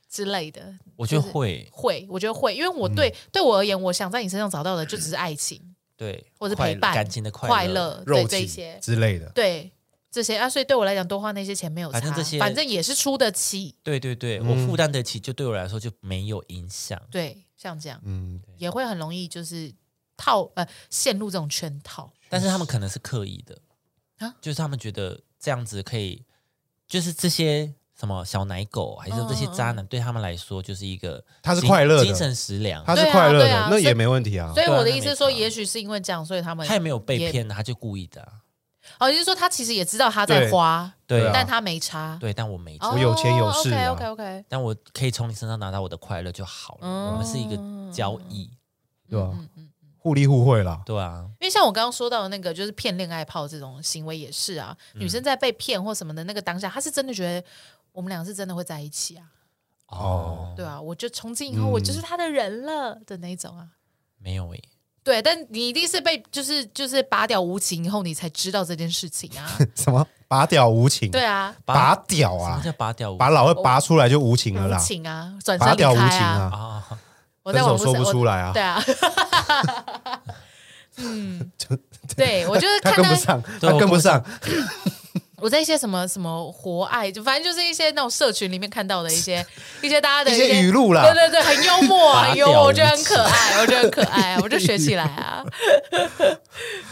Speaker 4: 之类的。
Speaker 3: 我觉得会，
Speaker 4: 会，我觉得会，因为我对、
Speaker 3: 嗯
Speaker 4: 对我而言，我想在你身上找到的就只是爱情
Speaker 3: 对，
Speaker 4: 或者
Speaker 3: 快
Speaker 4: 陪
Speaker 3: 乐
Speaker 4: 伴、
Speaker 3: 感情的嗯快
Speaker 4: 快
Speaker 3: 乐，
Speaker 4: 乐对
Speaker 5: 肉
Speaker 4: 这
Speaker 5: 体
Speaker 4: 些，
Speaker 5: 之类的，
Speaker 4: 对这些啊，所以对我来讲，多花那些钱没有差，
Speaker 3: 反正这些
Speaker 4: 反正也是出得起，
Speaker 3: 对对对，我负担得起，就对我来说就没有影响。
Speaker 4: 对，像这样。
Speaker 5: 嗯，
Speaker 4: 也会很容易就是套呃陷入这种圈套。
Speaker 3: 但是他们可能是刻意的
Speaker 4: 啊
Speaker 3: 就是他们觉得这样子可以，就是这些什么小奶狗还是这些渣男，对他们来说就是一个
Speaker 5: 他是
Speaker 3: 精
Speaker 5: 快乐的
Speaker 3: 精神食粮，
Speaker 5: 他
Speaker 3: 他
Speaker 5: 是
Speaker 4: 对啊
Speaker 5: 快乐
Speaker 4: 对啊
Speaker 5: 的，那
Speaker 4: 所以
Speaker 5: 也没问题啊
Speaker 4: 所，以
Speaker 3: 对啊
Speaker 4: 我的
Speaker 3: 那
Speaker 4: 意思
Speaker 3: 没
Speaker 4: 是说，
Speaker 3: 差
Speaker 4: 也许是因为这样，所以他们
Speaker 3: 也没有被
Speaker 4: 也
Speaker 3: 骗，他就故意的啊、
Speaker 4: 哦，就是说他其实也知道他在
Speaker 5: 对
Speaker 4: 花，
Speaker 3: 对
Speaker 5: 对啊
Speaker 4: 但他没差。哦
Speaker 3: 对，但我没差，
Speaker 5: 我有钱有势啊
Speaker 4: OK OK OK，
Speaker 3: 但我可以从你身上拿到我的快乐就好了。
Speaker 4: 嗯
Speaker 3: 啊我们是一个交啊易，
Speaker 5: 对吧？互利互惠啦，
Speaker 3: 对啊，
Speaker 4: 因为像我刚刚说到的那个，就是骗恋爱炮这种行为也是啊，女
Speaker 3: 嗯
Speaker 4: 生在被骗或什么的那个当下，她是真的觉得我们俩是真的会在一起啊，
Speaker 3: 哦，
Speaker 4: 对啊，我就从今以后我
Speaker 3: 嗯
Speaker 4: 就是他的人了的那种啊。
Speaker 3: 没有欸诶、
Speaker 4: 对，但你一定是被就是就是拔掉无情以后，你才知道这件事情
Speaker 5: *laughs*
Speaker 4: 啊。
Speaker 5: *laughs* 什么拔屌无情，
Speaker 4: 对啊，
Speaker 5: 拔屌
Speaker 3: 什么
Speaker 5: 啊，
Speaker 3: 叫拔掉我？
Speaker 5: 把老二拔出来就无情了
Speaker 4: 无
Speaker 5: 啦，
Speaker 4: 情啊，转身
Speaker 5: 拔
Speaker 4: 离
Speaker 5: 屌无
Speaker 4: 开
Speaker 5: 情
Speaker 4: 啊！
Speaker 5: 啊，
Speaker 3: 啊，
Speaker 4: 我在网
Speaker 5: 分
Speaker 4: 络
Speaker 5: 手
Speaker 4: 上
Speaker 5: 说不出来
Speaker 4: 我
Speaker 5: 啊
Speaker 4: 对，
Speaker 5: *laughs*
Speaker 4: 啊，嗯，对我就是
Speaker 5: 他
Speaker 4: 看
Speaker 5: 跟不
Speaker 4: 到
Speaker 5: 上，
Speaker 3: 对
Speaker 5: 他
Speaker 3: 我
Speaker 5: 跟不上，
Speaker 4: 我在一些什么什么活爱，就反正就是一些那种社群里面看到的一
Speaker 5: *laughs*
Speaker 4: 些一些大家的
Speaker 5: 一些语录啦
Speaker 4: 对对对，很幽
Speaker 5: *laughs*
Speaker 4: 默啊，
Speaker 3: 拔
Speaker 4: 很幽默，
Speaker 3: 掉
Speaker 4: 我觉得很
Speaker 3: 无
Speaker 4: 可爱，我觉得很可爱啊，我就学起来
Speaker 5: *laughs*
Speaker 4: 啊。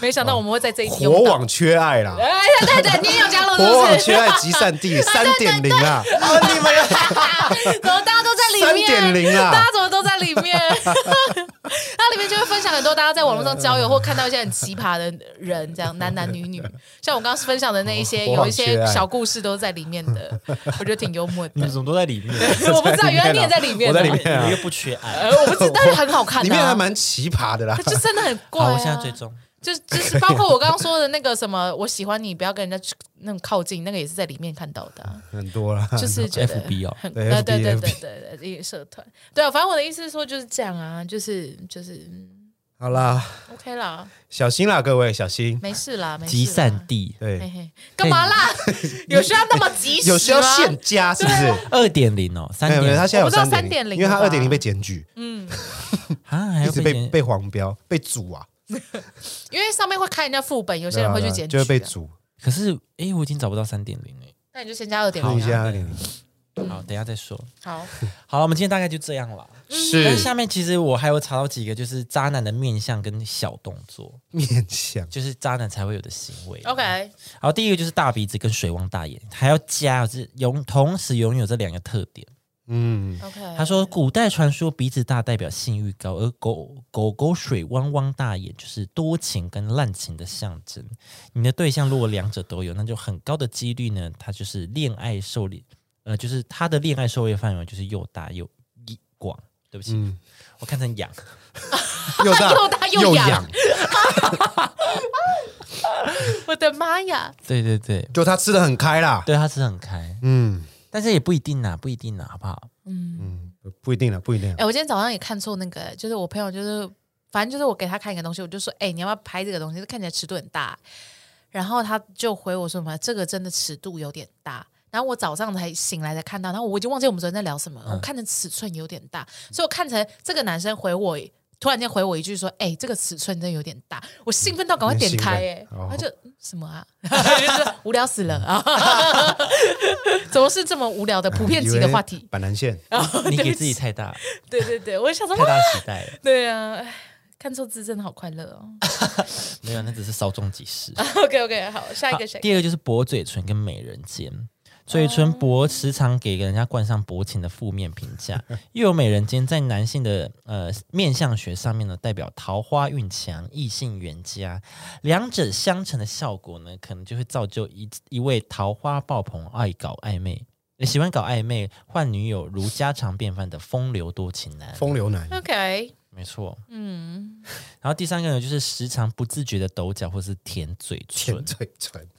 Speaker 4: 没想到我们会在这一集
Speaker 5: 火
Speaker 4: 用到。
Speaker 5: 哦网缺爱啦，
Speaker 4: 哎，对对对，你也有加入
Speaker 5: *laughs* 火
Speaker 4: 是
Speaker 5: 网
Speaker 4: 不是？
Speaker 5: 缺爱集散地三点零
Speaker 4: *laughs*
Speaker 5: 啊，
Speaker 3: 你们要
Speaker 4: 怎么大家都在里面？
Speaker 5: 3.0啊
Speaker 4: 大家怎么都在里面？ *laughs* 它里面就会分享很多大家在网络上交友或看到一些很奇葩的人，这样男男女女，像我刚刚分享的那一些，
Speaker 5: 我
Speaker 4: 有
Speaker 5: 好
Speaker 4: 一
Speaker 5: 缺
Speaker 4: 些
Speaker 5: 爱嗯
Speaker 4: 小故事都是在里面的，我觉得挺幽
Speaker 5: *laughs*
Speaker 4: 默
Speaker 3: 你
Speaker 4: 的
Speaker 3: 们。怎么都在 *laughs* 里面？
Speaker 4: 我不知道，原来你也在里面啊，
Speaker 5: 我在里面
Speaker 3: 你们又不缺
Speaker 4: *laughs*
Speaker 3: 爱。
Speaker 4: 呃，我不知道，很好看、啊，
Speaker 5: 里面还蛮奇葩的啦，
Speaker 4: 就真的很怪、
Speaker 3: 好，
Speaker 4: 啊。
Speaker 3: 我现在追踪。
Speaker 4: 就就是包括我刚刚说的那个什么，我喜欢你，不要跟人家那种靠近，那个也是在里面看到的啊、
Speaker 5: *laughs* 很多啦，
Speaker 4: 就是觉得
Speaker 3: FB 哦
Speaker 4: 很
Speaker 5: *laughs* 对
Speaker 4: 对
Speaker 5: FB
Speaker 4: 呃对对对对对，一个社团，对啊，反正我的意思是说就是这样啊，就是就是嗯
Speaker 5: 好啦，
Speaker 4: OK 啦，
Speaker 5: 小心啦，各位小心，
Speaker 4: 没事啦，没事啦
Speaker 3: 集散，地
Speaker 4: 嘿
Speaker 5: 对，
Speaker 4: 嘿，干嘛啦？ *laughs* 有需要那么及时吗？
Speaker 5: 有需要现加是不是？
Speaker 3: 二点零哦，三
Speaker 5: 没有没有，他
Speaker 3: 点
Speaker 5: 现在有
Speaker 4: 啊我不知道
Speaker 5: 三
Speaker 4: 3.0
Speaker 5: 因为他
Speaker 4: 吧
Speaker 5: 二点零被检举，
Speaker 3: 啊，还
Speaker 5: 一
Speaker 4: 哎
Speaker 3: 要检
Speaker 5: 直被被黄标，被阻啊，
Speaker 4: 因为上面会开人家副本，有些人会去检举
Speaker 5: 就
Speaker 4: 啊，
Speaker 5: 会被阻。
Speaker 3: 可是，哎，我已经找不到三点零了。
Speaker 4: 那你就先加二点
Speaker 5: 注意一
Speaker 4: 零啊。
Speaker 5: 下二点零，
Speaker 3: 好，等一下再说。
Speaker 4: 好，
Speaker 3: 好了，我们今天大概就这样了。但
Speaker 5: 是
Speaker 3: 下面其实我还有查到几个，就是渣男的面相跟小动作，
Speaker 5: 面 *laughs* 相
Speaker 3: 就是渣男才会有的行为。
Speaker 4: OK，
Speaker 3: 好，第一个就是大鼻子跟水汪大眼，还要加就是拥同时拥有这两个特点。
Speaker 5: 嗯，
Speaker 4: OK，
Speaker 3: 他说，古代传说鼻子大代表性欲高，而狗狗狗水汪汪大眼就是多情跟滥情的象征。你的对象如果两者都有，那就很高的几率呢，他就是恋爱狩猎，呃，就是他的恋爱狩猎范围就是又大又一广。对不起，
Speaker 5: 嗯
Speaker 3: 我看成痒。
Speaker 5: *laughs* 又大
Speaker 4: 又大又痒
Speaker 5: 痒，
Speaker 4: 我的妈呀，
Speaker 3: *laughs* 对对对，
Speaker 5: 就他吃的很开啦。
Speaker 3: 对他吃得很开，
Speaker 5: 嗯
Speaker 3: 但是也不一定啦，不一定啊啦，好不 *laughs* 好？
Speaker 5: 嗯，不一定了，不一定
Speaker 4: 哎、。我今天早上也看错那个，就是我朋友，就是反正就是我给他看一个东西，我就说，哎、你要不要拍这个东西？看起来尺度很大。然后他就回我说什么，这个真的尺度有点大。然后我早上才醒来才看到，然后我已经忘记我们昨天在聊什么
Speaker 5: 嗯
Speaker 4: 了。我看成尺寸有点大，所以我看成这个男生回我，突然间回我一句说：“哎、这个尺寸真的有点大。”我兴奋到赶快点开、哎、
Speaker 5: 嗯兴奋哦
Speaker 4: 他就嗯什么啊， *laughs* 就是无聊死了啊！ *laughs* 怎么是这么无聊的哎普遍级的话
Speaker 5: 啊以为
Speaker 4: 题？哎
Speaker 5: 板南线，
Speaker 3: 你给自己太大
Speaker 4: *laughs* 对对对，我想说
Speaker 3: 太大期待了，
Speaker 4: 对啊，唉看错字真的好快乐哦。 *laughs*
Speaker 3: 没有，那只是稍纵即逝。
Speaker 4: OK OK，好，下一个谁？
Speaker 3: 啊
Speaker 4: 哦
Speaker 3: 第二个就是薄嘴唇跟美人尖。嘴唇薄时常给人家冠上薄情的负面评
Speaker 4: *laughs*
Speaker 3: 价，又有美人尖在男性的呃面相学上面呢，代表桃花运强、异性缘佳，两者相乘的效果呢，可能就会造就一一位桃花爆棚、爱搞暧昧、呃喜欢搞暧昧、换女友如家常便饭的风流多情男。
Speaker 5: 风流
Speaker 4: 哎
Speaker 5: 男，
Speaker 4: OK，
Speaker 3: 没错，
Speaker 4: 嗯，
Speaker 3: 然后第三个呢，就是时常不自觉的抖脚或是舔嘴唇
Speaker 5: 舔，嘴唇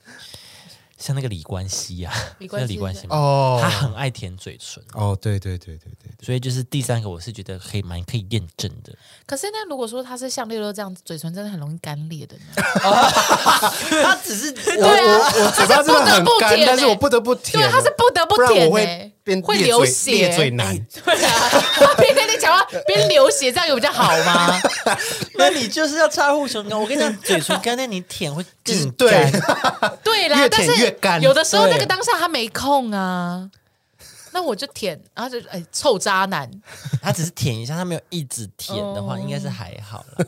Speaker 3: 像那个李冠希呀、啊，
Speaker 4: 李冠
Speaker 3: *laughs*
Speaker 4: 希
Speaker 3: 那李冠希吗
Speaker 5: 哦
Speaker 3: 他很爱舔嘴唇，
Speaker 5: 哦，对对对对对，
Speaker 3: 所以就是第三个，我是觉得可以蛮可以验证的。
Speaker 4: 可是那如果说他是像六六这样子，嘴唇真的很容易干裂的呢？
Speaker 3: 他只是
Speaker 5: 我我我嘴巴真的很
Speaker 4: 不得不
Speaker 5: 干，
Speaker 4: 舔欸
Speaker 5: 但是我不得不舔
Speaker 4: 啊对，，啊
Speaker 5: 欸
Speaker 4: 他是不得不
Speaker 5: 不然
Speaker 4: 舔
Speaker 5: 我会
Speaker 4: 欸
Speaker 5: 变
Speaker 4: 会
Speaker 5: 裂
Speaker 4: 流
Speaker 5: 嘴
Speaker 4: 血欸
Speaker 5: 裂嘴男，
Speaker 4: 对啊，边跟你
Speaker 5: *laughs*
Speaker 4: 讲话边流血，这样有比较好吗？
Speaker 3: *laughs* 那你就是要擦护唇膏。我跟你讲，嘴唇干，那你舔会更
Speaker 5: 对
Speaker 3: 干。
Speaker 4: 对啦，
Speaker 5: 越
Speaker 4: 但
Speaker 5: 舔
Speaker 4: 是
Speaker 5: 越干
Speaker 4: 有的时候那个
Speaker 3: 对
Speaker 4: 当下他没空啊，那我就舔，然后就哎臭渣男，
Speaker 3: *laughs* 他只是舔一下，他没有一直舔的话，
Speaker 4: 哦
Speaker 3: 应该是还好啦。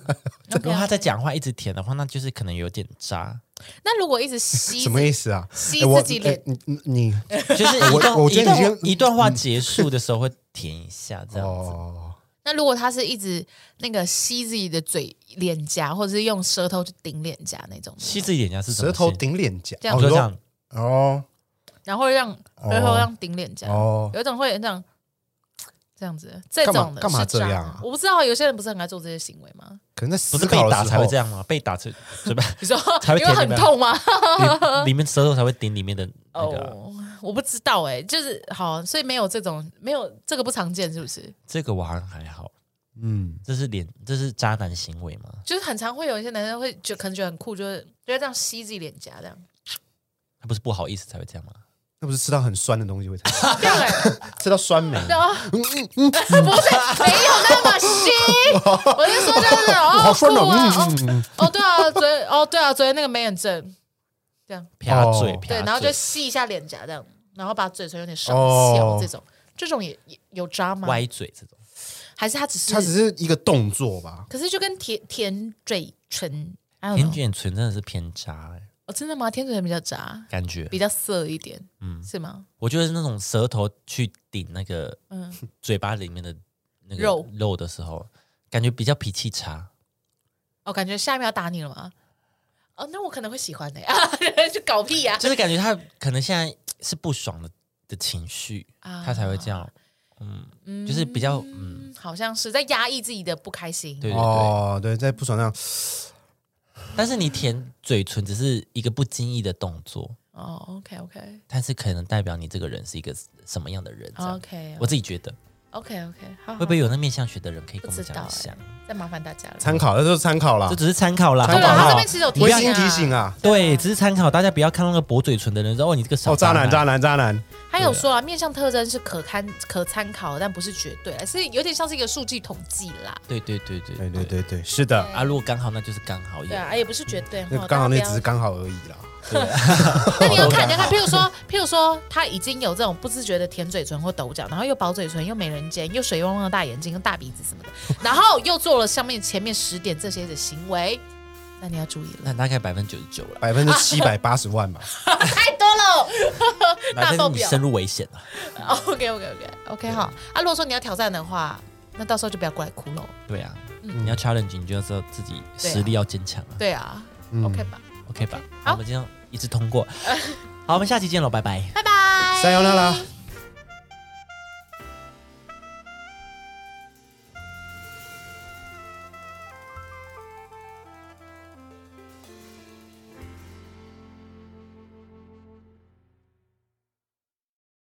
Speaker 3: 如果他在讲话一直舔的话，那就是可能有点
Speaker 4: *laughs*
Speaker 3: 渣。
Speaker 4: 那如果一直吸
Speaker 5: 什么意思啊？
Speaker 4: 吸
Speaker 5: 哎我
Speaker 4: 自己脸
Speaker 5: 哎你你你
Speaker 3: 就是一段
Speaker 5: 我我
Speaker 3: 一
Speaker 5: 觉得你
Speaker 3: 段
Speaker 5: 先
Speaker 3: 一段话结束的时候会舔一下，这样子。
Speaker 5: 哦，
Speaker 4: 那如果他是一直那个吸自己的嘴脸颊，或者是用舌头去顶脸颊那种，
Speaker 3: 吸自己脸颊是什么
Speaker 5: 舌
Speaker 3: 事？
Speaker 5: 头顶脸颊，
Speaker 4: 这样
Speaker 5: 哦
Speaker 3: 我就这样，
Speaker 5: 哦
Speaker 4: 然后让
Speaker 5: 哦
Speaker 4: 然后让顶脸颊，
Speaker 5: 哦，
Speaker 4: 有一种会这样这样子，这种的
Speaker 5: 干嘛
Speaker 4: 是渣
Speaker 5: 干嘛这样啊
Speaker 4: 我不知道，有些人不是很爱做这些行为吗？
Speaker 5: 可能在
Speaker 3: 不
Speaker 5: 思
Speaker 3: 是被
Speaker 5: 考的
Speaker 3: 打
Speaker 5: 时
Speaker 3: 才会
Speaker 5: 候
Speaker 3: 这，样吗？被打嘴嘴巴
Speaker 4: 你
Speaker 5: *laughs*
Speaker 4: 说
Speaker 3: 才会
Speaker 4: 因为
Speaker 3: 舔
Speaker 4: 很
Speaker 3: 你吧
Speaker 4: 痛吗？ *laughs*
Speaker 3: 里里面舌头才会顶里面的那个啊。
Speaker 4: 哦，我不知道哎、就是好，所以没有这种没有这个不常见，是不是？
Speaker 3: 这个我好像还好。
Speaker 5: 嗯，
Speaker 3: 这是脸，这是渣男行为吗？
Speaker 4: 就是很常会有一些男生会就可能觉得很酷，就是就会这样吸自己脸颊这样，
Speaker 3: 他不是不好意思才会这样吗？
Speaker 5: 那不是吃到很酸的东西会这样
Speaker 4: 这样哎、
Speaker 5: 吃到酸梅，
Speaker 4: 然后啊不是没有那么虚，我是说就是哦，
Speaker 5: *laughs* 好酸
Speaker 4: 酷
Speaker 5: 哦
Speaker 4: 啊哦
Speaker 5: 嗯嗯嗯
Speaker 4: 哦，对啊，昨天哦对啊，昨天那个没很正，这样
Speaker 3: 啪嘴，
Speaker 5: 哦
Speaker 3: 啪
Speaker 4: 对，
Speaker 3: 嘴
Speaker 4: 然后就吸一下脸颊这样，然后把嘴唇有点上
Speaker 5: 哦
Speaker 4: 翘这种，这种也也有渣吗？
Speaker 3: 歪嘴这种。
Speaker 4: 还是他只是
Speaker 5: 它只是一个动作吧？
Speaker 4: 可是就跟舔舔嘴唇，I don't know
Speaker 3: 甜卷唇真的是偏渣、欸，
Speaker 4: 哦真的吗？舔嘴唇比较渣，
Speaker 3: 感觉
Speaker 4: 比较涩一点，嗯，是吗？
Speaker 3: 我觉得那种舌头去顶那个
Speaker 4: 嗯
Speaker 3: 嘴巴里面的那个
Speaker 4: 肉
Speaker 3: 肉的时候，感觉比较脾气差。
Speaker 4: 哦，感觉下一秒要打你了吗？哦，那我可能会喜欢的、欸， *laughs* 就搞屁呀、
Speaker 3: 就是感觉他可能现在是不爽的的情绪，
Speaker 4: 啊
Speaker 3: 他才会这样。嗯，就是比较嗯，
Speaker 4: 嗯好像是在压抑自己的不开心。
Speaker 3: 对对对。
Speaker 5: 哦，对，在不爽那样，
Speaker 3: 但是你舔嘴唇只是一个不经意的动作，
Speaker 4: 哦，OK OK
Speaker 3: 但是可能代表你这个人是一个什么样的
Speaker 4: 哦
Speaker 3: 人。这样
Speaker 4: OK
Speaker 3: 我自己觉得。
Speaker 4: 哦 OK OK，好，
Speaker 3: 会不会有那面相学的人可以
Speaker 4: 不
Speaker 3: 跟我
Speaker 4: 知
Speaker 3: 们讲
Speaker 4: 道
Speaker 3: 一
Speaker 4: 哎
Speaker 3: 下？，哦
Speaker 4: 再麻烦大家了。
Speaker 5: 参考，那就是参考啦
Speaker 3: 这。只是参考啦，
Speaker 5: 参
Speaker 4: 对
Speaker 5: 考
Speaker 4: 啊，
Speaker 5: 啦
Speaker 4: 他
Speaker 3: 好不
Speaker 4: 这
Speaker 3: 好
Speaker 4: 边？其实有提
Speaker 5: 温
Speaker 4: 醒
Speaker 5: 馨提
Speaker 4: 啊
Speaker 5: 醒，啊！
Speaker 3: 对，只是参考，大家不要看到那个薄嘴唇的人说哦，你这个小
Speaker 5: 哦，渣男，渣
Speaker 3: 男，
Speaker 5: 男，渣男，
Speaker 4: 他有说啊，面向特征是可堪可参考，但不是绝对，是有点像是一个数据统计啦。
Speaker 3: 对对对对
Speaker 5: 对对对对，是的，
Speaker 3: 啊，如果刚好那就是刚好
Speaker 4: 对
Speaker 3: 也
Speaker 4: 啊，也不是绝对。
Speaker 5: 那
Speaker 4: 吼
Speaker 5: 刚好那
Speaker 4: 大家
Speaker 5: 只
Speaker 4: 不
Speaker 5: 是
Speaker 4: 要
Speaker 5: 刚好而已啦。
Speaker 4: 那你要看，你要看，譬如说，譬如说，他已经有这种不自觉的舔嘴唇或抖脚，然后又薄嘴唇，又美人尖，又水汪汪的大眼睛跟大鼻子什么的，然后又做了上面前面十点这些的行为，那你要注意了。
Speaker 3: 那大概百分之九十九了。
Speaker 5: 百分之七百八十万吧，
Speaker 4: 太多了，
Speaker 3: 那但是
Speaker 4: 爆
Speaker 3: 你
Speaker 4: 表
Speaker 3: 深入危险了。
Speaker 4: *laughs* OK OK OK OK 好啊。如果说你要挑战的话，那到时候就不要过来哭喽。
Speaker 3: 对啊，
Speaker 4: 嗯
Speaker 3: 你要 challenge，你就要知道自己实力要坚强啊。
Speaker 4: 对啊、
Speaker 5: 嗯
Speaker 4: o k 吧，
Speaker 3: OK 吧？
Speaker 4: 好 *laughs*
Speaker 3: 我们今天一致通过。好，我们下期见喽，拜拜。
Speaker 4: 拜拜，
Speaker 5: 塞尤那拉。